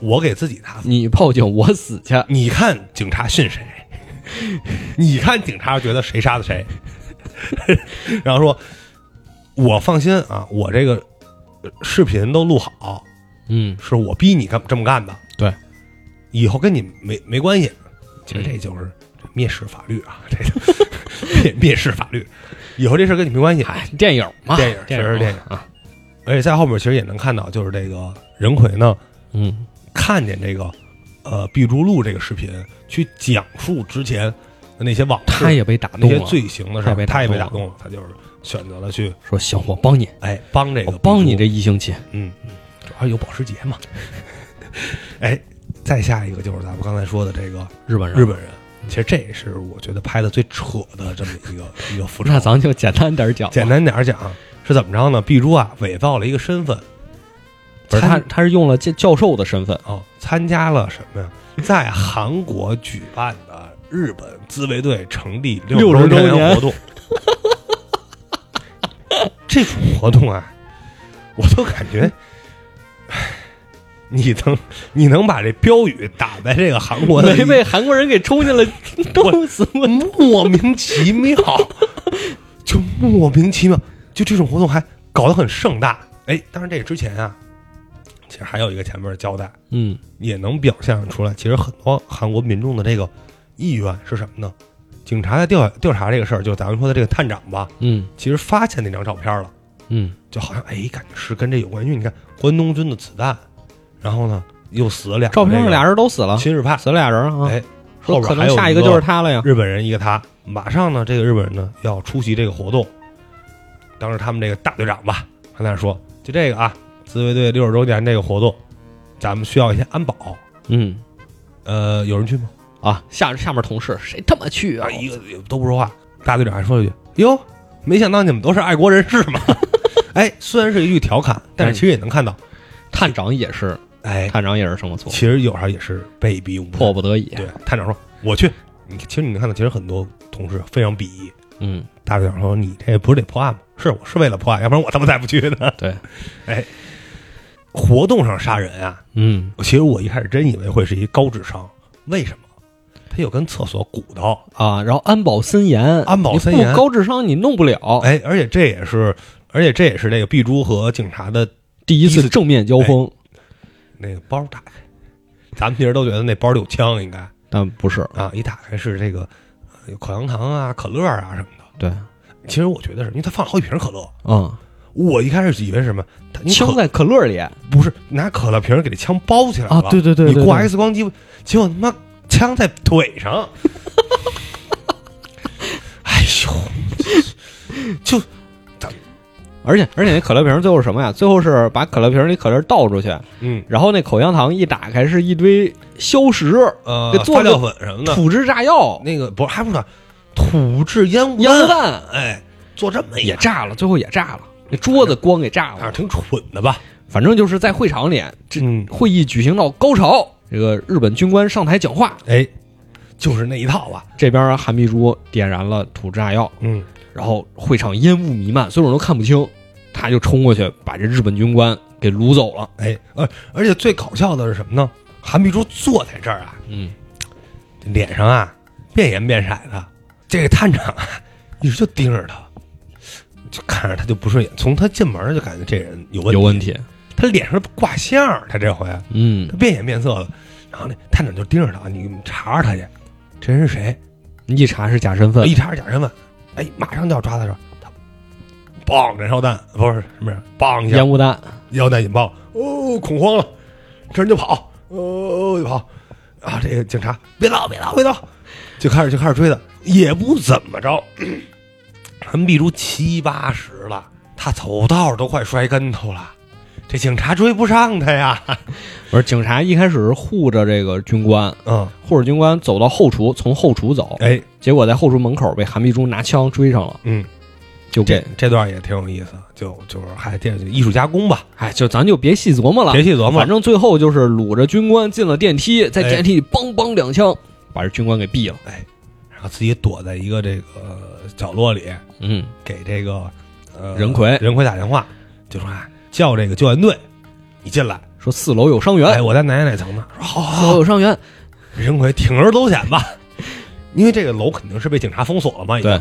我给自己打死。你报警，我死去。你看警察信谁？ 你看警察觉得谁杀的谁？ 然后说，我放心啊，我这个呃视频都录好，嗯，是我逼你干这么干的。对，嗯以后跟你没没关系。其实这就是蔑视法律啊， 这个蔑蔑视法律，以后这事儿跟你没关系。哎，电影嘛，电影确实是电影啊。而且在后面其实也能看到，就是这个任奎呢嗯，看见这个呃碧珠录这个视频，去讲述之前的那些往事，他也被打那动些了，罪行的事他也儿，被打他也被动打了动了，他就是选择了去说行，我帮你，哎帮这个我帮你碧珠这一星期。嗯，主要有保时捷嘛。 哎，再下一个就是咱们刚才说的这个日本人，日本人，其实这也是我觉得拍的最扯的这么一 个一个复仇那。咱就简单点儿讲吧，简单点儿讲是怎么着呢？碧珠啊，伪造了一个身份，不是他参他是用了教教授的身份，哦，参加了什么呀？在韩国举办的日本自卫队成立60周周年活动。 这种活动啊，我都感觉，唉你能你能把这标语打在这个韩国的没被韩国人给冲进来， 冻死我！莫名 其妙，就莫名其妙，就这种活动还搞得很盛大。哎，当然这之前啊，其实还有一个前面的交代，嗯，也能表现出来，其实很多韩国民众的这个意愿是什么呢？警察在调调查这个事儿，就咱们说的这个探长吧，嗯其实发现那张照片了，嗯，就好像哎，感觉是跟这有关，因为你看关东军的子弹，然后呢又死了俩照片上俩人人都死了，亲日派，死了俩人啊，哎，说后边可能还有下一个就是他了呀。日本人一个他，马上呢，这个日本人呢要出席这个活动。当时他们这个大队长吧，他在那说，就这个啊，自卫队六十周年这个活动，咱们需要一些安保。嗯呃，有人去吗？啊，下下面同事谁他妈去啊啊，？一个也都不说话。大队长还说了一句：“哟，没想到你们都是爱国人士嘛。”哎，虽然是一句调侃，但是其实也能看到，探长也是哎，探长也是这么做，其实有时候也是被逼无奈迫不得已。对，探长说我去。你其实你看到，其实很多同事非常鄙夷。嗯，大队长说：“你这不是得破案吗？是，我是为了破案，要不然我他妈才不去呢。哎对，”活动上杀人啊，嗯其实我一开始真以为会是一高智商，为什么？他又跟厕所鼓捣，啊，然后安保森严，安保森严你不高智商你弄不了。哎，而且这也是，而且这也是这个碧珠和警察的第一次正面交锋，哎那个包打开。咱们平时都觉得那包里有枪，应该但不是，啊，一打开是这个呃有口香糖啊、可乐啊什么的。对，其实我觉得是因为他放了好几瓶可乐，嗯，我一开始以为是什么，他你枪可在可乐里不是拿可乐瓶给这枪包起来了，啊，对对对，对你过对 X 光机，结果他妈枪在腿上，哎呦，就而且而且那可乐瓶最后是什么呀？最后是把可乐瓶里可乐倒出去，嗯然后那口香糖一打开是一堆硝石、呃给做发了酵个粉什么的，土制炸药、那个不是还不是土制烟雾烟雾弹哎，做这么一也炸了，最后也炸了，那桌子光给炸还是了。挺蠢的吧？反正就是在会场里，这啊嗯，会议举行到高潮，这个日本军官上台讲话，哎，就是那一套吧。这边韩碧珠点燃了土制炸药，嗯，然后会场烟雾弥漫，所有人都看不清，他就冲过去把这日本军官给掳走了。哎，而而且最搞笑的是什么呢？韩碧珠坐在这儿啊，嗯，脸上啊变颜变色的，这个探长啊一直就盯着他，就看着他就不顺眼。从他进门就感觉这人有问题，有问题。他脸上挂线儿，他这回啊嗯他，变颜变色了。然后那探长就盯着他，你查查他去，这人是谁？一查是假身份一，查是假身份，哎，马上就要抓他的时候，他梆燃烧弹不是什么呀，梆一下烟雾弹。腰带引爆，哦，恐慌了，这人就跑，哦，就跑，啊，这个警察别闹，别闹，别闹，就开始就开始追他，也不怎么着， 韩碧珠七八十了，他走道都快摔跟头了，这警察追不上他呀，而警察一开始是护着这个军官，嗯，护着军官走到后厨，从后厨走，哎，结果在后厨门口被韩碧珠拿枪追上了，嗯，就这给这段也挺有意思，就就是还电艺术加工吧，哎，就咱就别细琢磨了，别细琢磨反，正最后就是掳着军官进了电梯，在电梯里梆梆两枪，把这军官给毙了。然后自己躲在一个这个呃角落里，嗯，给这个呃任奎任奎打电话，就说啊，叫这个救援队，你进来。说四楼有伤哎，员，我在哪哪哪层呢？说好四好，楼好有伤员，任奎铤而走 险吧，因为这个楼肯定是被警察封锁了嘛。已经对，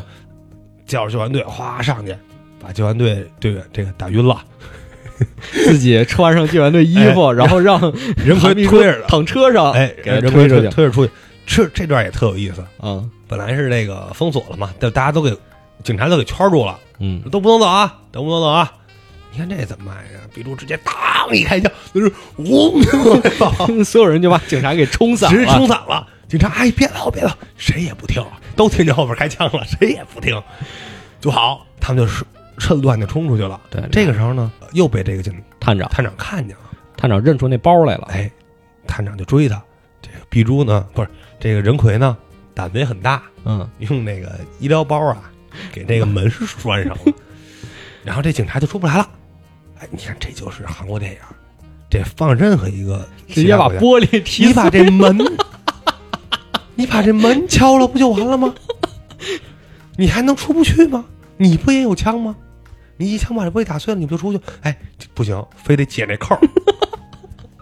叫着救援队，哗上去，把救援队队员这个打晕了。自己穿上救援队衣服，哎然后 让任奎韩碧珠推着他，躺车上，哎，啊给他任推出奎推去推着出去。这这段也特有意思，啊，本来是这个封锁了嘛，但大家都给警察都给圈住了，嗯，都不能走啊，都不能走啊！你看这怎么办呀？比如直接当一开枪，就是 嗡，所有人就把警察给冲散直接了。冲散了。警察，哎，别闹，别闹，谁也不听，都听见后边开枪了，谁也不听，就好，他们就是趁乱就冲出去了。对这个时候呢，又被这个警探长，探长看见了，探长认出那包来了，哎，探长就追他。这个碧珠呢，不是这个任奎呢，胆子也很大，嗯，用那个医疗包啊，给那个门是拴上 了，然后这警察就出不来了。哎，你看这就是韩国电影，这放任何一个直接把其他国家玻璃踢碎你把这 门，你把这门敲了不就完了吗？你还能出不去吗？你不也有枪吗？你一枪把这玻璃打碎了，你不就出去？哎，这不行，非得解这 扣儿，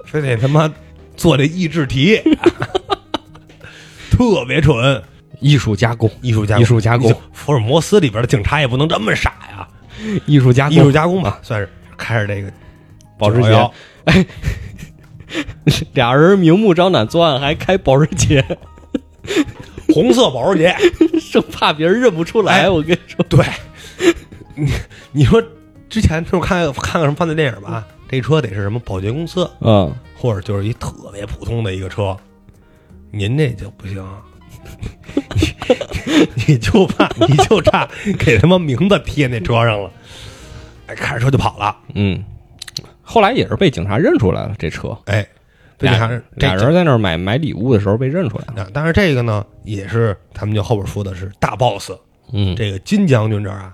非得他妈做这益智 题，特别蠢。艺术加工，艺术加工，艺术加工，福尔摩斯里边的警察也不能这么傻呀，艺术加工，艺术加工吧，算是开着这个啊保时捷911 俩人明目张胆作案，还开保时捷， 红色保时捷，生怕别人认不出来。哎我跟你说， 对，你你说之前就是看看个什么犯罪电影吧，这车得是什么保洁公司，嗯，或者就是一特别普通的一个车，您这就不行。 你 你就怕你就差给他妈名字贴那车上了，哎，开着车就跑了，嗯，后来也是被警察认出来了，这车哎，被警察俩这俩人在那儿买买礼物的时候被认出来了。那当然，这个呢也是咱们就后边说的是大 boss，嗯这个金将军这儿啊，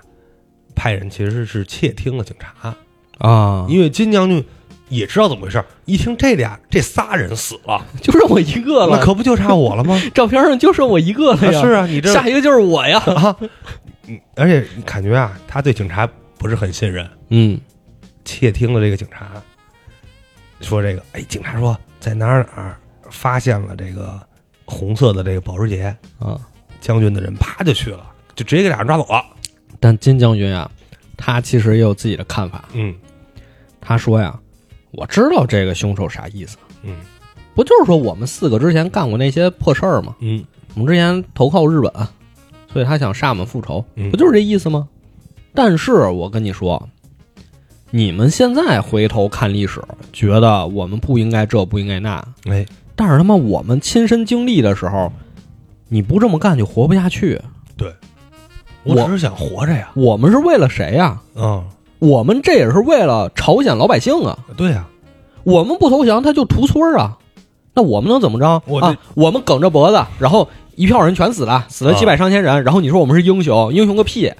派人其实是窃听了警察，啊，因为金将军也知道怎么回事儿。一听这俩这仨人死 了，就剩我一个那了，可不就差我了吗？ 照片上就剩我一个了呀。啊是啊，你这下一个就是我呀。啊，嗯而且感觉啊，他对警察不是很信任，嗯窃听了这个警察说这个，哎，警察说在哪儿哪儿发现了这个红色的这个保时捷，啊，将军的人啪就去了，就直接给俩人抓走了。但金将军啊，他其实也有自己的看法。嗯他说呀，我知道这个凶手啥意思，嗯不就是说我们四个之前干过那些破事儿吗？嗯我们之前投靠日本，所以他想杀我们复仇，嗯不就是这意思吗？但是我跟你说，你们现在回头看历史，觉得我们不应该这不应该那，哎，但是他妈我们亲身经历的时候，你不这么干就活不下去。我我只是想活着呀。我们是为了谁呀、嗯，我们这也是为了朝鲜老百姓啊！对呀、我们不投降，他就屠村儿啊！那我们能怎么着我啊？我们梗着脖子，然后一票人全死了，死了啊几百上千人，然后你说我们是英雄？英雄个屁，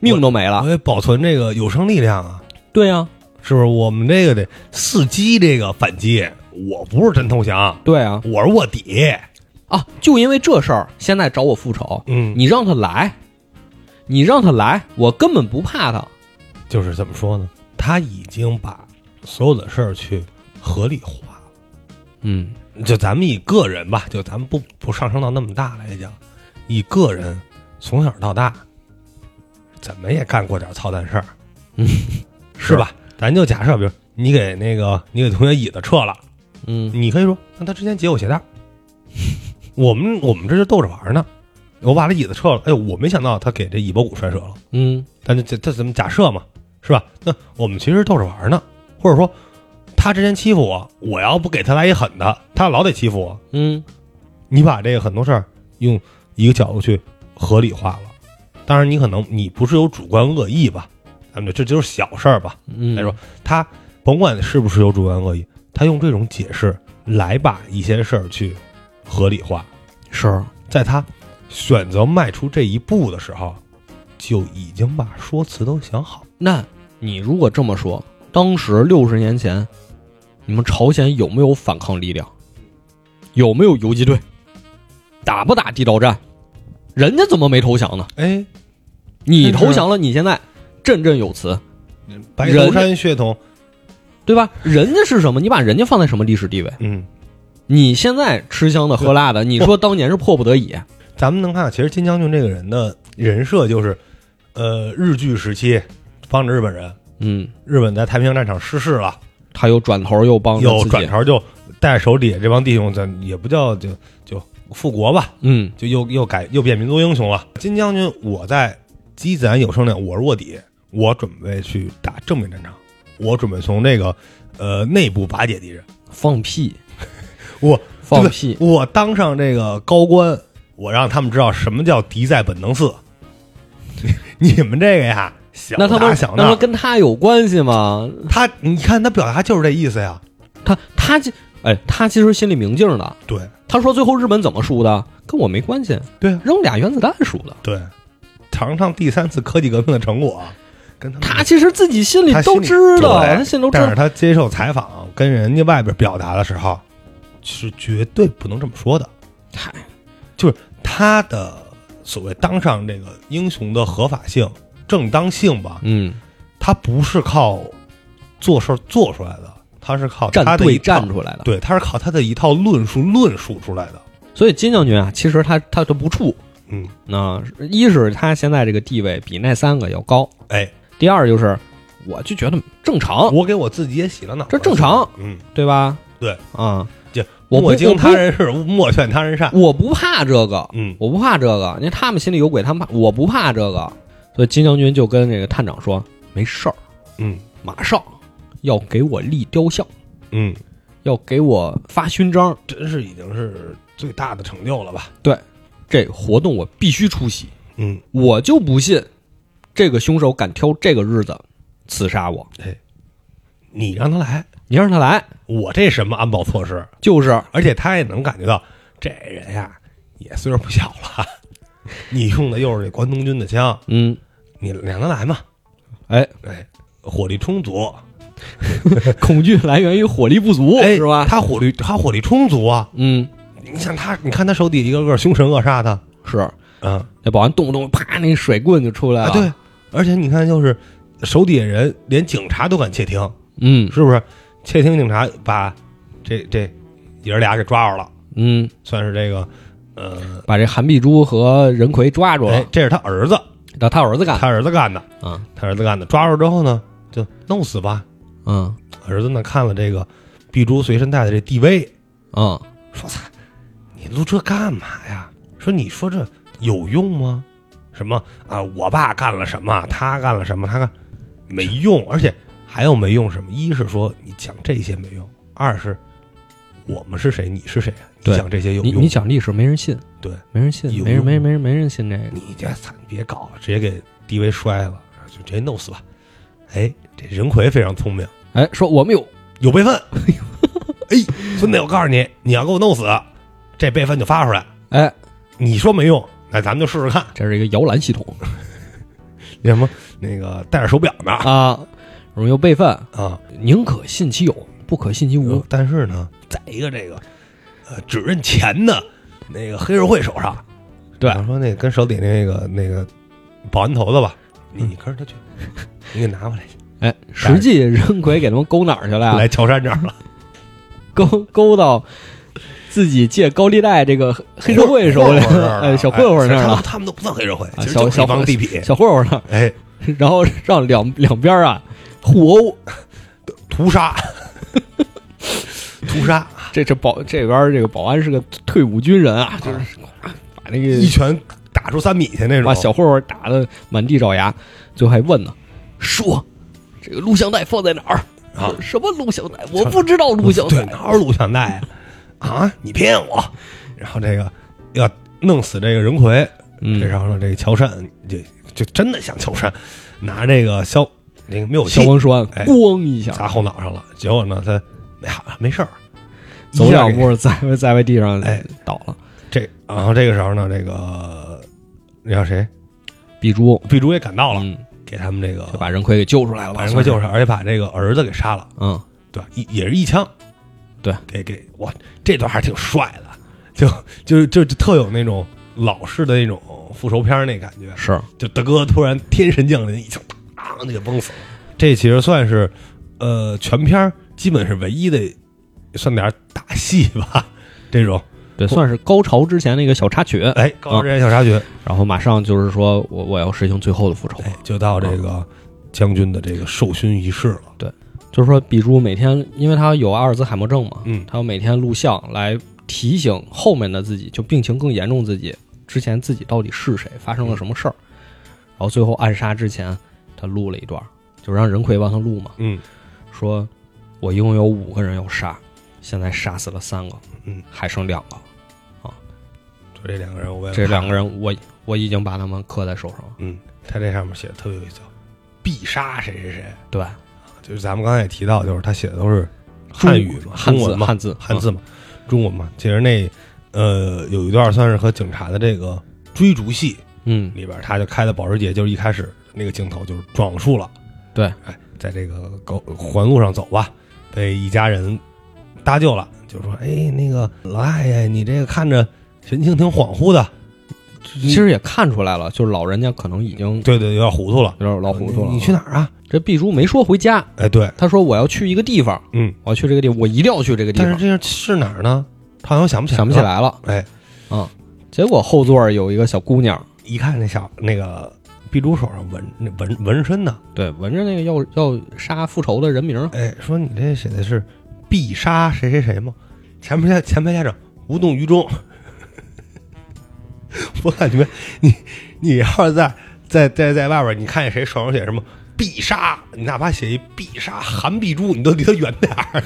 命都没了我。得保存这个有生力量啊，对呀、啊，是不是？我们这个得伺机这个反击。我不是真投降，对啊，我是卧底。啊！就因为这事儿，现在找我复仇，嗯，你让他来，你让他来，我根本不怕他。就是怎么说呢？他已经把所有的事儿去合理化了。嗯就咱们以个人吧，就咱们不不上升到那么大来讲，以个人从小到大，怎么也干过点操蛋事儿，嗯，是吧？咱就假设，比如你给那个你给同学椅子撤了，嗯你可以说，那他之前解我鞋带儿，我们我们这就逗着玩儿呢。我把这椅子撤了，哎呦，我没想到他给这尾巴骨摔折了。嗯但这这这怎么假设嘛，是吧？那我们其实逗着玩儿呢，或者说他之前欺负我，我要不给他来一狠的，他老得欺负我。嗯，你把这个很多事儿用一个角度去合理化了，当然你可能你不是有主观恶意吧，咱们这就是小事儿吧。嗯再说他甭管是不是有主观恶意，他用这种解释来把一些事儿去合理化，是，在他选择迈出这一步的时候，就已经把说辞都想好了。那你如果这么说，当时六十年前，你们朝鲜有没有反抗力量？有没有游击队？打不打地道战？人家怎么没投降呢？哎，你投降了，你现在振振有词，白头山血统，对吧？人家是什么？你把人家放在什么历史地位？嗯，你现在吃香的喝辣的，你说当年是迫不得已，咱们能看到，其实金将军这个人的人设就是，呃，日据时期帮着日本人，嗯，日本在太平洋战场失势了，他又转头又帮着有自转己，头就带手底下这帮弟兄，咱也不叫就就复国吧，嗯就又又改又变民族英雄了。金将军，我在积攒有生量，我是卧底，我准备去打正面战场，我准备从这个呃内部瓦解敌人，放屁， 我放对屁，我当上这个高官，我让他们知道什么叫敌在本能寺。 你你们这个呀，想那他打妈想那他闹妈，跟他有关系吗？他你看他表达就是这意思呀。他他其哎，他其实心里明镜的。对他说最后日本怎么输的，跟我没关系。对啊扔俩原子弹输的。对，尝尝第三次科技革命的成果，啊跟他们他其实自己心里嗯他心都里知道，对他心里都知但是道。他接受采访跟人家外边表达的时候，是绝对不能这么说的。嗨，就是他的所谓当上这个英雄的合法性、正当性吧，嗯，他不是靠做事儿做出来的，他是靠他站的一队套站出来的。对，他是靠他的一套论述论述出来的。所以金将军啊，其实他他都不怵。嗯，那一是他现在这个地位比那三个要高，哎，第二就是我就觉得正常，我给我自己也洗了脑，这正常。嗯，对吧？对啊，这我不莫经他人事，莫劝他人善。我不怕这个，嗯我不怕这个。你看他们心里有鬼，他们怕，我不怕这个。所以金将军就跟这个探长说：“没事儿，嗯马上要给我立雕像。”嗯，要给我发勋章，真是已经是最大的成就了吧？这活动我必须出席。嗯，我就不信这个凶手敢挑这个日子刺杀我。你让他来，你让他来，我这什么安保措施？就是而且他也能感觉到，这人呀也岁数不小了， 你用的又是这关东军的枪，嗯，你让他来嘛。哎， 哦哎，火力充足，恐惧来源于火力不足，哎，是吧？他火力他火力充足啊！嗯，你像他，你看他手底一个个凶神恶煞的，是。嗯那保安动不动啪，那水棍就出来了。啊，对，而且你看就是手底下人连警察都敢窃听，嗯是不是？窃听警察把这这爷儿俩给抓着了，嗯，算是这个呃，把这韩碧珠和任奎抓住哎了，，这是他儿子，让他儿子干他儿子干的，啊。他儿子干的。抓住之后呢，就弄死吧。嗯儿子呢看了这个碧珠随身带的这 DV，嗯说：“操，你录这干嘛呀？说你说这有用吗？什么啊？我爸干了什么？他干了什么？他干没用，而且还有没用什么？一是说你讲这些没用，二是我们是谁，你是谁啊？你对讲这些有你用？你讲历史没人信，对，没人信，有没人用没人没人没人信这个。你这操，你别搞了，直接给 DV 摔了，就直接弄死吧。哎，这任奎非常聪明，哎，说我们有有备份。 哎，孙子，我告诉你，你要给我弄死，这备份就发出来。哎，你说没用，那咱们就试试看。”这是一个摇篮系统那什么那个戴着手表呢啊，我们有备份，啊，宁可信其有，不可信其无呃。但是呢，在一个这个呃只认钱的那个黑社会手上，对我说那跟手底那个那个保安头子吧，你嗯你跟着他去，你给拿回来，哎，实际任奎给他们勾哪儿去了呀？来乔杉这儿了， 勾勾到自己借高利贷这个 黑社会手里混混这儿，了哎，小混混那儿哎他们了，他们都不算黑社会，啊其实小就是小一帮地痞，小混混那儿， 哎，然后让两两边啊互殴，屠杀， 屠杀，这这保这边这个保安是个退伍军人啊，就是嗯把那一个拳打出三米去那种，嗯把小混混打的满地找牙，最后还问呢，说这个录像带放在哪儿？啊什么录像带？我不知道录像对，带。哪有录像带呀、啊？你骗我！然后这个要弄死这个任奎，嗯这然后呢这个乔杉就就真的像乔杉，拿这个消那个灭火器消防栓哎咣一下，砸后脑上了，结果呢他没好没事儿，走一下两给，步在在外地上哎倒了。这然后这个时候呢这个那叫谁碧珠碧珠也赶到了，嗯，给他们这个就把任奎给救出来了吧，把人给救算出来，而且把这个儿子给杀了，是，嗯。对吧？一也是一枪，对，给给哇，这段还挺帅的，就就就就特有那种老式的那种复仇片儿那感觉，是，就大哥突然天神降临，一枪当就给崩死了。这其实算是呃全片儿基本是唯一的，算点儿打戏吧，这种对，算是高潮之前的一个小插曲。哎，高潮之前小插曲，然后马上就是说我我要实行最后的复仇，哎，就到这个将军的这个授勋仪式了，就是说比珠每天，因为他有阿尔兹海默症嘛，嗯他要每天录像来提醒后面的自己，就病情更严重自己之前自己到底是谁，发生了什么事儿。然后最后暗杀之前，他录了一段，就让任奎帮他录嘛，嗯，说我一共有五个人要杀，现在杀死了三个，嗯，还剩两个，就这两个人我为了这看两个人我我已经把他们刻在手上了，嗯，他这上面写的特别有意思，必杀谁谁谁。对，就是咱们刚才也提到，就是他写的都是汉语嘛、汉中字文嘛、汉字汉字嘛、中文嘛。其实那呃有一段算是和警察的这个追逐戏嗯，里边，他就开的保时捷，就是一开始那个镜头就是撞树了，对，哎，在这个高环路上走吧，被一家人搭救了，就说哎那个老大爷，你这个看着神情挺恍惚的，其实也看出来了，就是老人家可能已经对对，有点糊涂了，有点老糊涂了。你去哪儿啊？这碧珠没说回家，哎，对，她说我要去一个地方，嗯，我要去这个地方，我一定要去这个地但是方，这是是哪儿呢？他好像想不起来，想不起，来了。哎。结果后座儿有一个小姑娘，一看那小那个碧珠手上纹那纹纹身呢，对，闻着那个要要杀复仇的人名儿，哎，说你这写的是必杀谁谁谁吗？前排家前排家长无动于衷， 我感觉你你要是在在在在外边，你看见谁手上写什么必杀，你哪怕写一必杀韩碧珠，你都离他远点儿，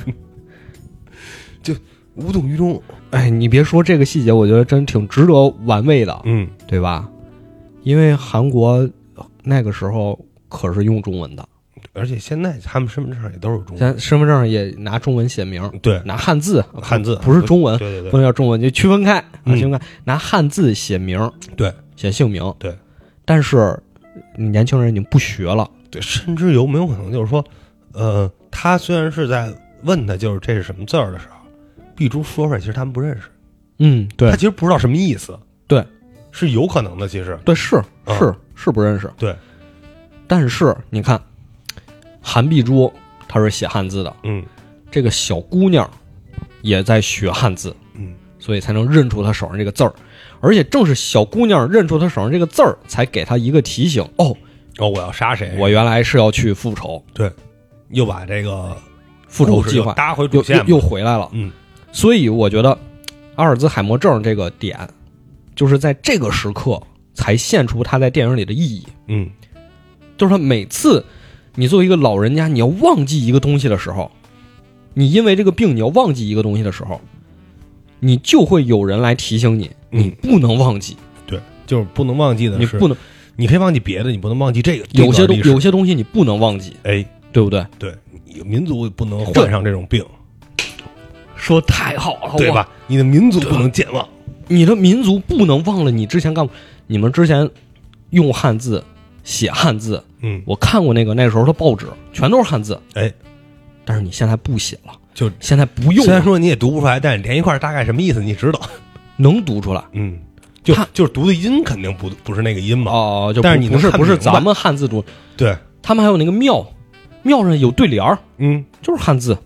就无动于衷。哎，你别说这个细节，我觉得真挺值得玩味的，嗯，对吧？因为韩国那个时候可是用中文的，而且现在他们身份证上也都是中现文，在身份证上也拿中文写名儿，对拿汉字，汉字啊不是中文，对对不对能叫中文，就区分开啊，嗯区分开，拿汉字写名儿，对写姓名，对。但是年轻人已经不学了，对，甚至有没有可能就是说，呃，他虽然是在问他就是这是什么字儿的时候，碧珠说出来，其实他们不认识，嗯，对他其实不知道什么意思。对，是有可能的，其实对是嗯是是不认识，对，但是你看，韩碧珠她是写汉字的，嗯这个小姑娘也在学汉字，嗯，所以才能认出她手上这个字儿。而且正是小姑娘认出她手上这个字儿，才给她一个提醒：哦，哦，我要杀谁？我原来是要去复仇，又把这个复仇故事计又划搭回主又线又嘛，又回来了。嗯，所以我觉得阿尔兹海默症这个点，就是在这个时刻才现出它在电影里的意义。嗯就是他每次你作为一个老人家，你要忘记一个东西的时候，你因为这个病你要忘记一个东西的时候，你就会有人来提醒你，你嗯，不能忘记，对，就是不能忘记的你是，不能你可以忘记别的，你不能忘记这个有些东东有些东西你不能忘记，哎，对不对？对，民族不能这患上这种病，说太好了，对哦哇？吧？你的民族不能健忘，你的民族不能忘了你之前干过，你们之前用汉字写汉字，嗯，我看过那个那时候的报纸全都是汉字，哎，但是你现在不写了，就现在不用啊虽然了，说你也读不出来，但是连一块儿大概什么意思你知道，能读出来。嗯，就他就是读的音肯定不不是那个音嘛，哦，就但是不你不能是看不是明白咱们汉字读，对，他们还有那个庙，庙上有对联儿，嗯， 就是汉字，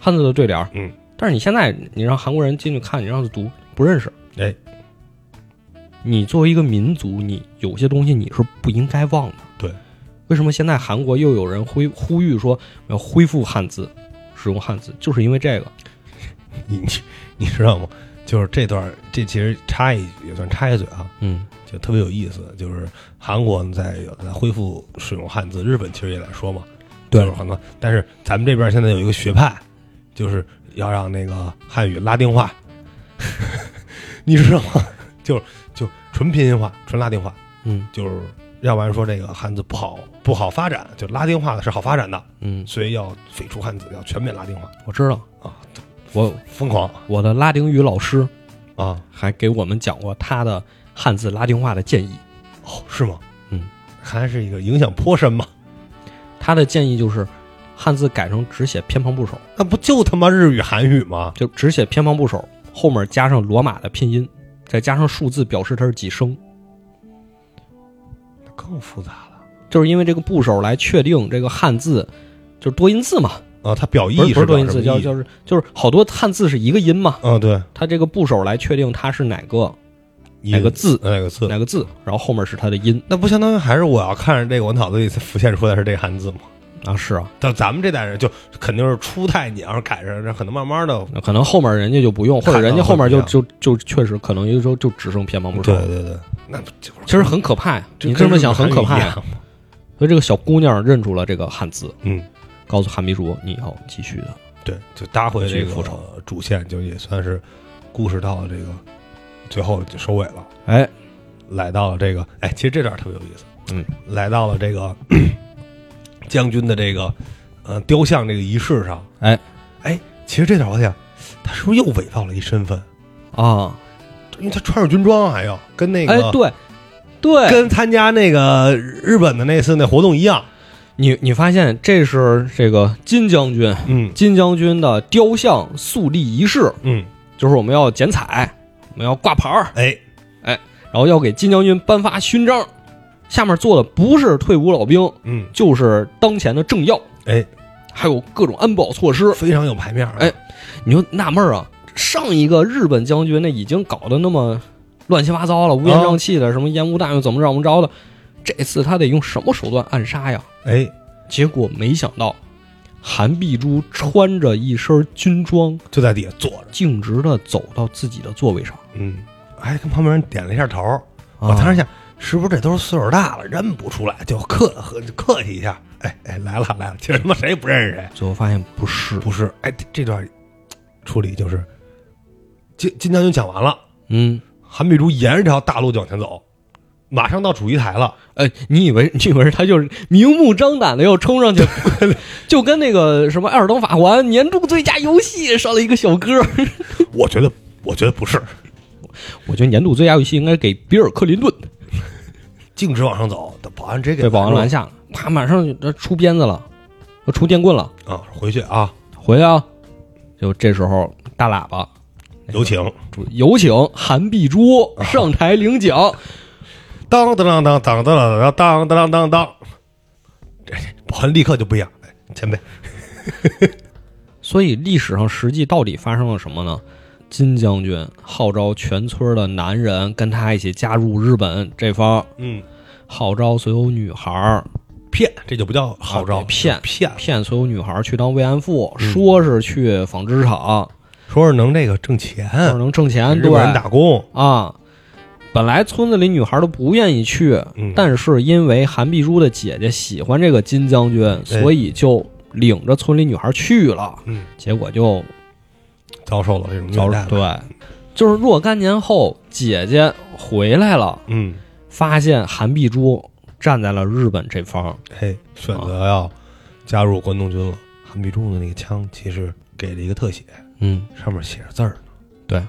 汉字的对联儿。嗯，但是你现在你让韩国人进去看，你让他读不认识。哎，你作为一个民族，你有些东西你是不应该忘的。对，为什么现在韩国又有人恢呼吁说要恢复汉字，使用汉字，就是因为这个。你你你知道吗？就是这段儿，这其实插一句也算插一嘴啊，嗯就特别有意思，就是韩国在有在恢复使用汉字，日本其实也在说嘛，对就是很多，但是咱们这边现在有一个学派，就是要让那个汉语拉丁化， 你知道吗？ 就是就纯拼音化、纯拉丁化，嗯就是要不然说这个汉字不好不好发展，就拉丁化是好发展的，嗯，所以要废除汉字，要全面拉丁化，我知道啊，我疯狂我的拉丁语老师啊！还给我们讲过他的汉字拉丁化的建议。哦，是吗？嗯，还是一个影响颇深嘛。他的建议就是，汉字改成只写偏旁部首，那不就他妈日语韩语吗？就只写偏旁部首，后面加上罗马的拼音，再加上数字表示它是几声，那更复杂了就是因为这个部首来确定这个汉字，就是多音字嘛，啊！它表意不是不是表多音字，什么叫意思就是就是好多汉字是一个音嘛，嗯，对，它这个部首来确定它是哪个哪一个字哪个字？哪个字，然后后面是它的音那不相当于还是我要看着这个，我脑子里浮现出来是这个汉字吗？啊，是啊，但咱们这代人就肯定是初代，你要是赶上，这可能慢慢的，那可能后面人家就不用，或者人家后面就看到就就确实可能有的时候就只剩偏旁部首对了，对对，那不就是其实很可怕呀，就你跟这么日想本很可怕韩语一呀样，嘛所以这个小姑娘认出了这个汉字，嗯，告诉韩碧竹你要继续的。对，就搭回这去复仇个主线，就也算是故事到了这个最后就收尾了，哎，来到了这个，哎，其实这段特别有意思，嗯，来到了这个 将军的这个呃雕像这个仪式上，哎哎，其实这段我想，他是不是又伪造了一身份？啊，因为他穿上军装啊还要跟那个、哎，对，对，跟参加那个日本的那次那活动一样，你你发现这是这个金将军，嗯金将军的雕像肃立仪式，嗯，就是我们要剪彩，我们要挂牌儿，哎，然后要给金将军颁发勋章。下面坐的不是退伍老兵，嗯就是当前的政要，哎，还有各种安保措施。非常有牌面儿，哎你就纳闷儿啊，上一个日本将军那已经搞得那么乱七八糟了，乌烟瘴气的，什么烟雾弹又怎么怎么着的，这次他得用什么手段暗杀呀？哎，结果没想到，韩碧珠穿着一身军装，就在底下坐着，径直的走到自己的座位上。嗯，还跟旁边人点了一下头儿，啊我当时想，是不是这都是岁数大了，认不出来，就客和客气一下，哎哎，来了来了，其实他妈谁也不认识谁，最后发现不是，不是，哎，这这段处理就是金金将军讲完了，嗯，韩碧珠沿着这条大路就往前走，马上到主席台了，哎，你以为你以为他就是明目张胆的要冲上去， 就跟那个什么《艾尔登法环》年度最佳游戏上了一个小哥。我觉得我觉得不是，我觉得年度最佳游戏应该给比尔·克林顿。径直往上走，保安直接给被保安拦住拦下了，啪，马上就出鞭子了。说出电棍了，啊，回去啊，回来啊！就这时候大喇叭有请。主有请韩碧珠啊上台领奖，当当当当当当当当当当 当，这保安立刻就不一样。哎前辈，所以历史上实际到底发生了什么呢？金将军号召全村的男人跟他一起加入日本这方，嗯，号召所有女孩儿骗这就不叫号召，啊骗骗，骗所有女孩儿去当慰安妇，嗯说是去纺织厂，说是能这个挣钱，说是能挣钱，嗯给嗯日对本人打工，啊。本来村子里女孩都不愿意去，嗯但是因为韩碧珠的姐姐喜欢这个金将哎军，所以就领着村里女孩去了。嗯，结果就遭受了这种虐遭待，对，就是若干年后，姐姐回来了，嗯，发现韩碧珠站在了日本这方。嘿，选择要加入关东军了。韩碧柱的那个枪其实给了一个特写，嗯，上面写着字儿呢，对，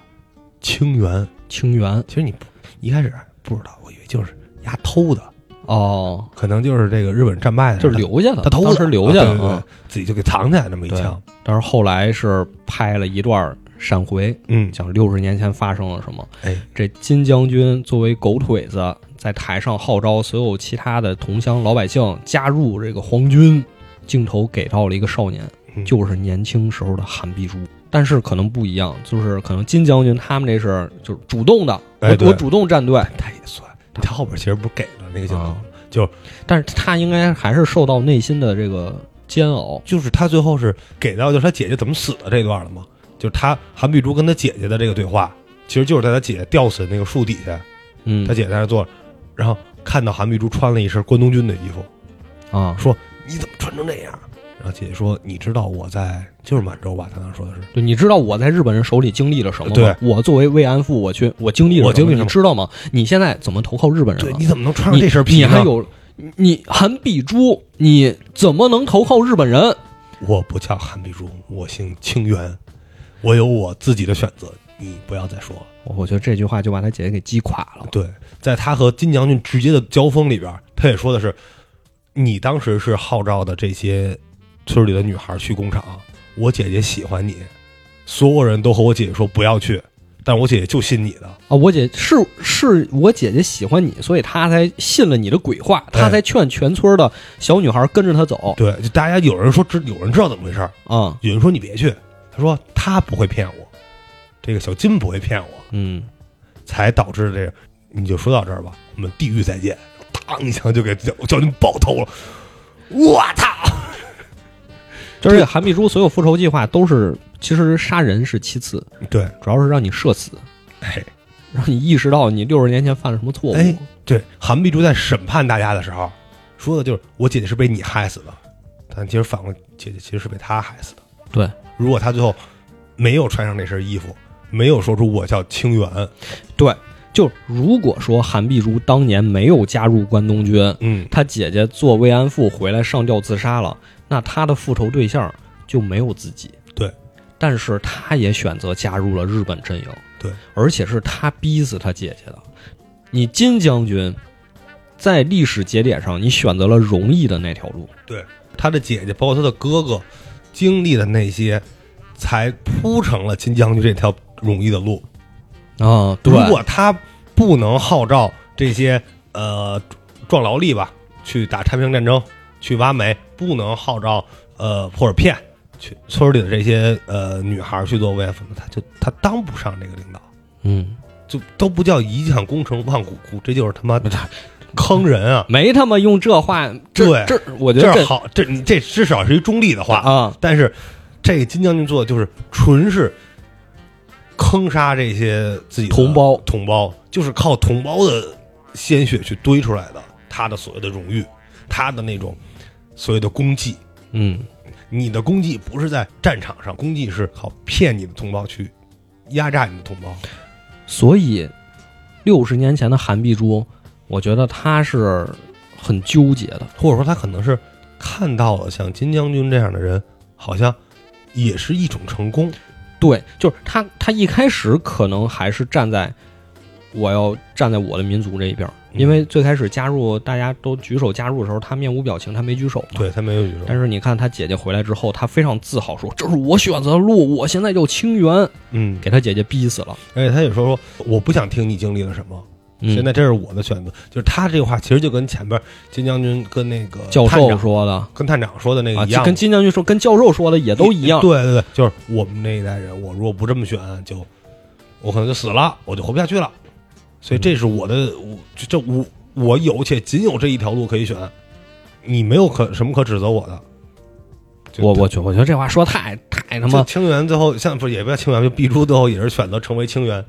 清源。清源其实你不一开始不知道，我以为就是丫偷的，哦，可能就是这个日本战败的，就是留下的，哎他偷的，当时留下啊的对对对啊。自己就给藏起来那么一枪。但是后来是拍了一段闪回，嗯，讲六十年前发生了什么。哎，这金将军作为狗腿子，在台上号召所有其他的同乡老百姓加入这个皇军，镜头给到了一个少年，嗯就是年轻时候的韩碧珠。但是可能不一样，就是可能金将军他们这是就是主动的，哎我对我主动站队，他也算，他后边其实不是给了那个镜头，啊就是但是他应该还是受到内心的这个煎熬。就是他最后是给到就是他姐姐怎么死的这段了嘛，就是他韩碧珠跟他姐姐的这个对话，其实就是在他姐姐吊死的那个树底下，嗯他姐在那坐着，然后看到韩碧珠穿了一身关东军的衣服，啊，说你怎么穿成这样？然后姐姐说你知道我在就是满洲吧？他当时说的是。就你知道我在日本人手里经历了什么吗？对我作为慰安妇，我去我经历了什么，我经历了什么你知道吗？你现在怎么投靠日本人对，了？你怎么能穿上你这身皮你呢？还有你你韩碧珠，你怎么能投靠日本人？我不叫韩碧珠，我姓清源，我有我自己的选择，你不要再说了。我我觉得这句话就把他姐姐给击垮了。对，在他和金将军直接的交锋里边，他也说的是，你当时是号召的这些村里的女孩去工厂，我姐姐喜欢你，所有人都和我姐姐说不要去，但我姐姐就信你的。啊，我姐是是我姐姐喜欢你，所以她才信了你的鬼话，对她才劝全村的小女孩跟着她走对，就大家有人说知，有人知道怎么回事儿，啊。有人说你别去，他说他不会骗我，这个小金不会骗我，嗯，才导致这个。你就说到这儿吧，我们地狱再见，当一枪就给将将军爆头了。我操！ 就是这个韩碧珠所有复仇计划都是，其实杀人是其次，对，主要是让你社死，哎让你意识到你六十年前犯了什么错误。哎，对，韩碧珠在审判大家的时候说的就是我姐姐是被你害死的，但其实反过来，姐姐其实是被他害死的。对，如果他最后没有穿上那身衣服，没有说出我叫清源，对，就如果说韩碧珠当年没有加入关东军，嗯，她姐姐做慰安妇回来上吊自杀了，那她的复仇对象就没有自己。对，但是她也选择加入了日本阵营。对，而且是她逼死她姐姐的。你金将军在历史节点上，你选择了容易的那条路。他的姐姐，包括他的哥哥，经历的那些，才铺成了金将军这条容易的路。啊，对如，果他不能号召这些呃壮劳力吧，去打太平洋战争，去挖煤，不能号召呃或者骗去村里的这些呃女孩去做慰安妇，他就他当不上这个领导，嗯，就都不叫一将功成万骨枯，这就是他嗯妈坑人啊！没他妈用这话，这对这，我觉得这这好，这你这至少是一中立的话啊，但是这个金将军做的就是纯是坑杀这些自己的同胞同胞就是靠同胞的鲜血去堆出来的，他的所谓的荣誉，他的那种所谓的功绩。嗯，你的功绩不是在战场上，功绩是靠骗你的同胞去压榨你的同胞。所以六十年前的韩碧珠，我觉得她是很纠结的。或者说他可能是看到了像金将军这样的人，好像也是一种成功。对，就是她，她一开始可能还是站在我要站在我的民族这一边儿，嗯因为最开始加入大家都举手加入的时候，他面无表情，他没举手嘛。对他没有宇宙，但是你看他姐姐回来之后，他非常自豪说：“这是我选择的路，我现在叫清源。嗯”，给他姐姐逼死了。而且他也说说我不想听你经历了什么，嗯、现在这是我的选择。就是他这个话其实就跟前边金将军跟那个教探授长说的跟探长说的那个啊，一样就，跟金将军说，跟教授说的也都一样。对对对，就是我们那一代人，我如果不这么选，就我可能就死了，我就活不下去了。所嗯以这是我的，我这这我我有且仅有这一条路可以选，你没有可什么可指责我的。就我我觉我觉得这话说太太他就妈清源最后像不是也不叫清源，就碧珠最后也是选择成为清源，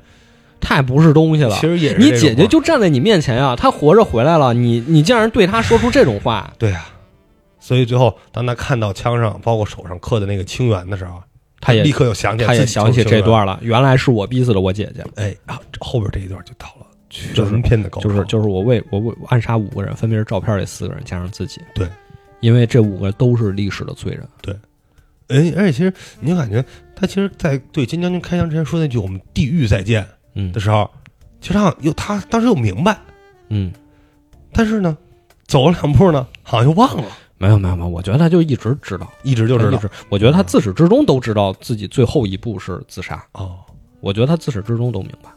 太不是东西了其。实也是你这种姐姐嘛就站在你面前啊，她活着回来了，你你竟然对她说出这种话，对啊。所以最后，当他看到枪上包括手上刻的那个清源的时候，她也立刻又想起来她也自己想起就是清这源。段了。原来是我逼死了我姐姐，哎啊，后边这一段就到了就是全篇的高潮，就是就是我为我为我暗杀五个人，分别是照片里四个人加上自己。对，因为这五个都是历史的罪人。哎，而且其实你就感觉他其实，在对金将军开枪之前说那句“我们地狱再见”嗯的时候，其实他好像又他当时又明白，嗯，但是呢，走了两步呢，好像又忘了，没有没有没有，我觉得她就一直知道，一直就知她嗯道一直，我觉得她自始至终都知道自己最后一步是自杀。哦，我觉得她自始至终都明白。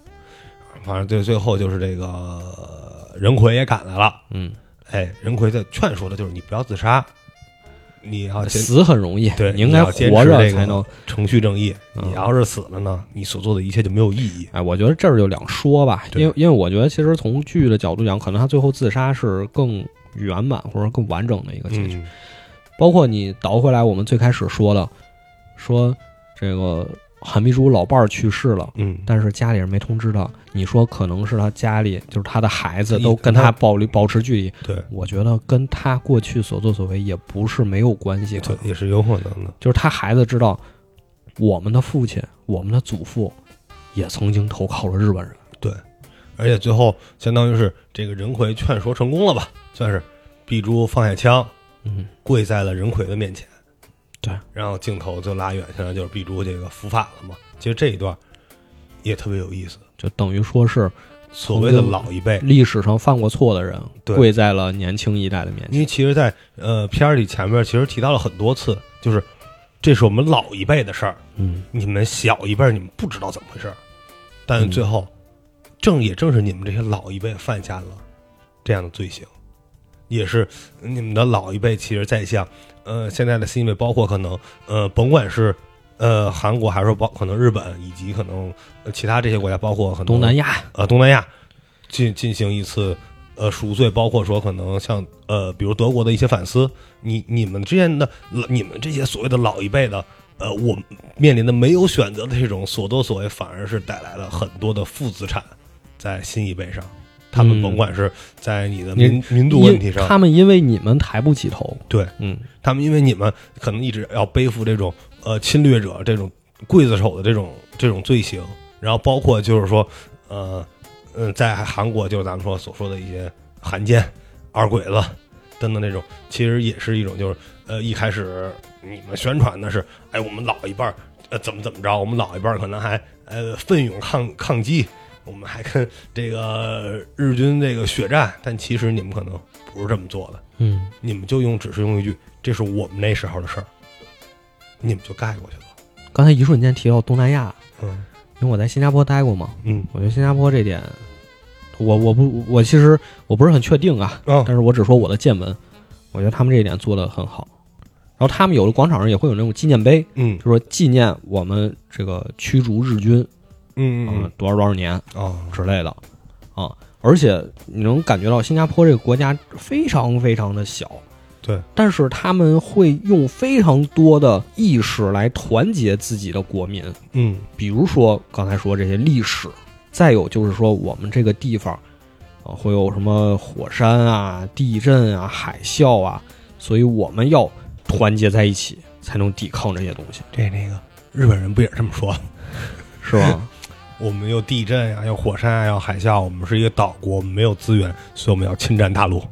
反正最最后就是这个呃任奎也赶来了，嗯，哎，任奎在劝说的就是你不要自杀，你要坚死很容易，对，你应该要坚持活着这个才能。程序正义。嗯你要是死了呢，你所做的一切就没有意义。哎，我觉得这儿就两说吧，对因为因为我觉得其实从剧的角度讲，可能他最后自杀是更圆满或者更完整的一个结局。嗯，包括你倒回来，我们最开始说的，说这个韩碧珠老伴儿去世了。嗯，但是家里人没通知他，你说可能是他家里就是他的孩子一都跟他他保留保持距离，对我觉得跟他过去所作所为也不是没有关系的。对，也是有可能的。就是他孩子知道，我们的父亲、我们的祖父也曾经投靠了日本人。而且最后相当于是这个任奎劝说成功了吧，算是碧珠放下枪，嗯，跪在了任奎的面前。对，然后镜头就拉远，现在就是碧珠这个伏法了嘛。其实这一段也特别有意思，就等于说是所谓的老一辈，历史上犯过错的人对跪在了年轻一代的面因前。为其实在，呃片儿里前面其实提到了很多次，就是这是我们老一辈的事儿，嗯，你们小一辈儿你们不知道怎么回事儿，但最后、嗯正也正是你们这些老一辈犯下了这样的罪行，也是你们的老一辈其实在向呃现在的新一辈，包括可能呃甭管是呃韩国还是说包可能日本以及可能呃其他这些国家，包括可能东南亚，呃东南亚进进行一次呃赎罪，包括说可能像呃比如德国的一些反思，你你们之间的你们这些所谓的老一辈的呃我们面临的没有选择的这种所作所为，反而是带来了很多的负资产在新一辈上。他们嗯甭管是在你的你民、民族问题上因，他们因为你们抬不起头。对嗯，他们因为你们可能一直要背负这种呃侵略者这种刽子手的这种这种罪行，然后包括就是说，呃，嗯，在韩国就是咱们说所说的一些汉奸、二鬼子等等那种，其实也是一种就是呃一开始你们宣传的是，哎，我们老一辈儿呃怎么怎么着，我们老一辈儿可能还呃奋勇抗抗击。我们还跟这个日军这个血战，但其实你们可能不是这么做的，嗯，你们就用只是用一句“这是我们那时候的事儿”，你们就盖过去了。刚才一瞬间提到东南亚，嗯因为我在新加坡待过嘛，嗯我觉得新加坡这点，我我不我其实我不是很确定啊，哦但是我只说我的见闻，我觉得他们这一点做得很好。然后他们有的广场上也会有那种纪念碑，嗯就说纪念我们这个驱逐日军嗯啊、多少多少年哦之类的啊。而且你能感觉到新加坡这个国家非常非常的小，对，但是他们会用非常多的意识来团结自己的国民，嗯比如说刚才说这些历史，再有就是说我们这个地方啊会有什么火山啊、地震啊、海啸啊，所以我们要团结在一起才能抵抗这些东西，这那个日本人不也这么 说？是吧？我们有地震呀、有火山呀、有海啸，我们是一个岛国，我们没有资源，所以我们要侵占大陆。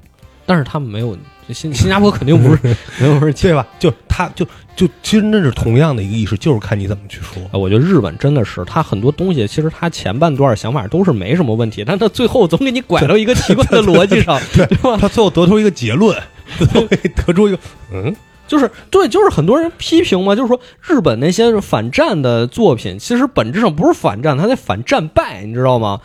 但是他们没有这新新加坡肯定不是 没有是对吧？就他就就其实那是同样的一个意识，就是看你怎么去说。啊，我觉得日本真的是，他很多东西其实他前半段想法都是没什么问题，但他最后总给你拐到一个奇怪的逻辑上， 对对吧？他最后得出一个结 论，最后得出一个嗯，就是对，就是很多人批评嘛，就是说日本那些反战的作品，其实本质上不是反战，他在反战败，你知道吗？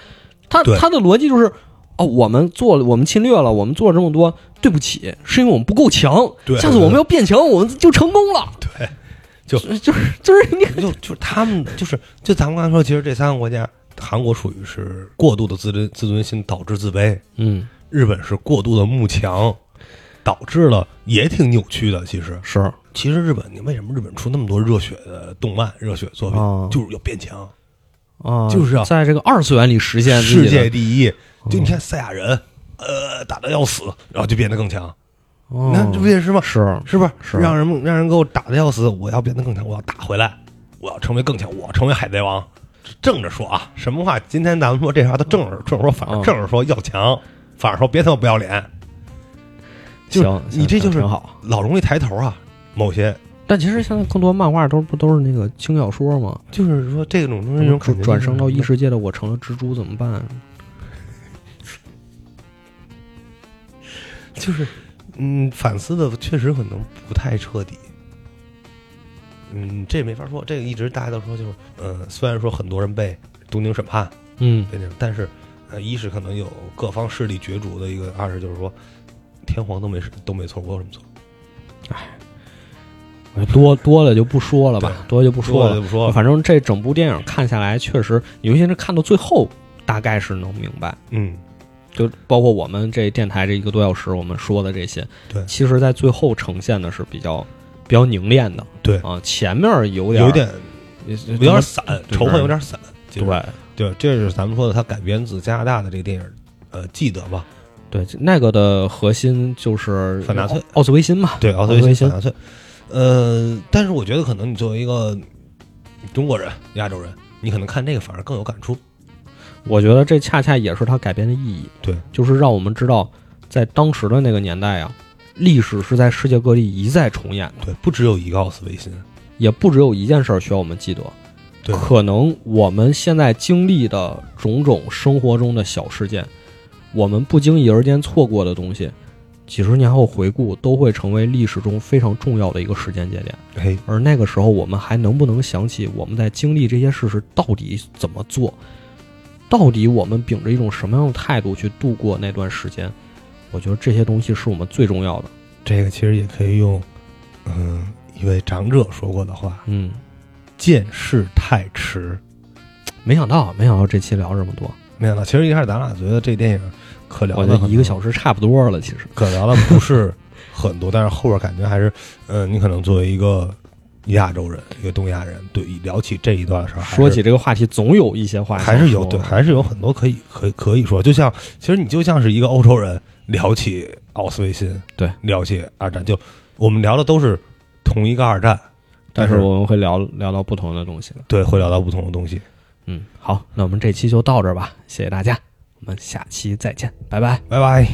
他对他的逻辑就是。哦，我们做了，我们侵略了，我们做了这么多，对不起，是因为我们不够强。对下次我们要变强，我们就成功了。对，就就是就是你就就是他们就是就咱们刚才说，其实这三个国家，韩国属于是过度的自尊自尊心导致自卑，嗯，日本是过度的慕强，导致了也挺扭曲的。其实是其实日本，你为什么日本出那么多热血的动漫、热血作品，哦就是要变强，啊，就是要在这个二次元里实现自己的哦世界第一。就你看赛亚人，呃，打的要死，然后就变得更强。哦那这不也是吗？是是不是？是让人让人给我打的要死，我要变得更强，我要打回来，我要成为更强，我成为海贼王。正着说啊，什么话？今天咱们说这话，他正着正着说，反正嗯正着说要强，反正说别他妈不要脸。就行你这行就是挺好。老容易抬头啊，某些但其实现在更多漫画都不都是那个轻小说吗？就是说这种东西，种转转生到异世界的我成了蜘蛛怎么办？就是嗯，反思的确实可能不太彻底。嗯，这没法说，这个一直大家都说就是，嗯、虽然说很多人被东京审判，嗯对那种，但是呃，一是可能有各方势力角逐的一个，二是就是说天皇都没事都没错，我有什么错？我就多多了就不说了吧，多就不说了就了。不说了，反正这整部电影看下来，确实，尤其是看到最后，大概是能明白。嗯，就包括我们这电台这一个多小时，我们说的这些，对其实在最后呈现的是比较比较凝练的，对啊，前面有点呃有点有有点散，对仇恨有点散，其实对对，这是咱们说的，它改编自加拿大的这个电影，呃，记得吧？对，那个的核心就是反纳粹奥奥斯维辛嘛，对，奥斯奥斯维维辛辛，反纳粹。呃，但是我觉得可能你作为一个中国人、亚洲人，你可能看这个反而更有感触。我觉得这恰恰也是它改编的意义。对，就是让我们知道，在当时的那个年代啊，历史是在世界各地一再重演的，对，不只有一个奥斯维辛，也不只有一件事儿需要我们记得。对可能我们现在经历的种种生活中的小事件，我们不经意而间错过的东西，几十年后回顾都会成为历史中非常重要的一个时间节点。哎，而那个时候，我们还能不能想起我们在经历这些事时到底怎么做？到底我们秉着一种什么样的态度去度过那段时间？我觉得这些东西是我们最重要的。这个其实也可以用，嗯、一位长者说过的话，嗯，见识太迟。没想到，没想到这期聊这么多，没想到，其实一开始咱俩觉得这电影可聊我的觉得一个小时差不多了。其实，可聊的不是很多，但是后边感觉还是，嗯、你可能作为一个亚洲人，一个东亚人，对聊起这一段的时候，还是说起这个话题，总有一些话还想是有说对，还是有很多可以可以可以说，就像其实你就像是一个欧洲人聊起奥斯维辛，对，聊起二战，就我们聊的都是同一个二战，但但是是我们会聊聊到不同的东西了。对，会聊到不同的东西。嗯，好，那我们这期就到这儿吧，谢谢大家，我们下期再见，拜拜。拜拜。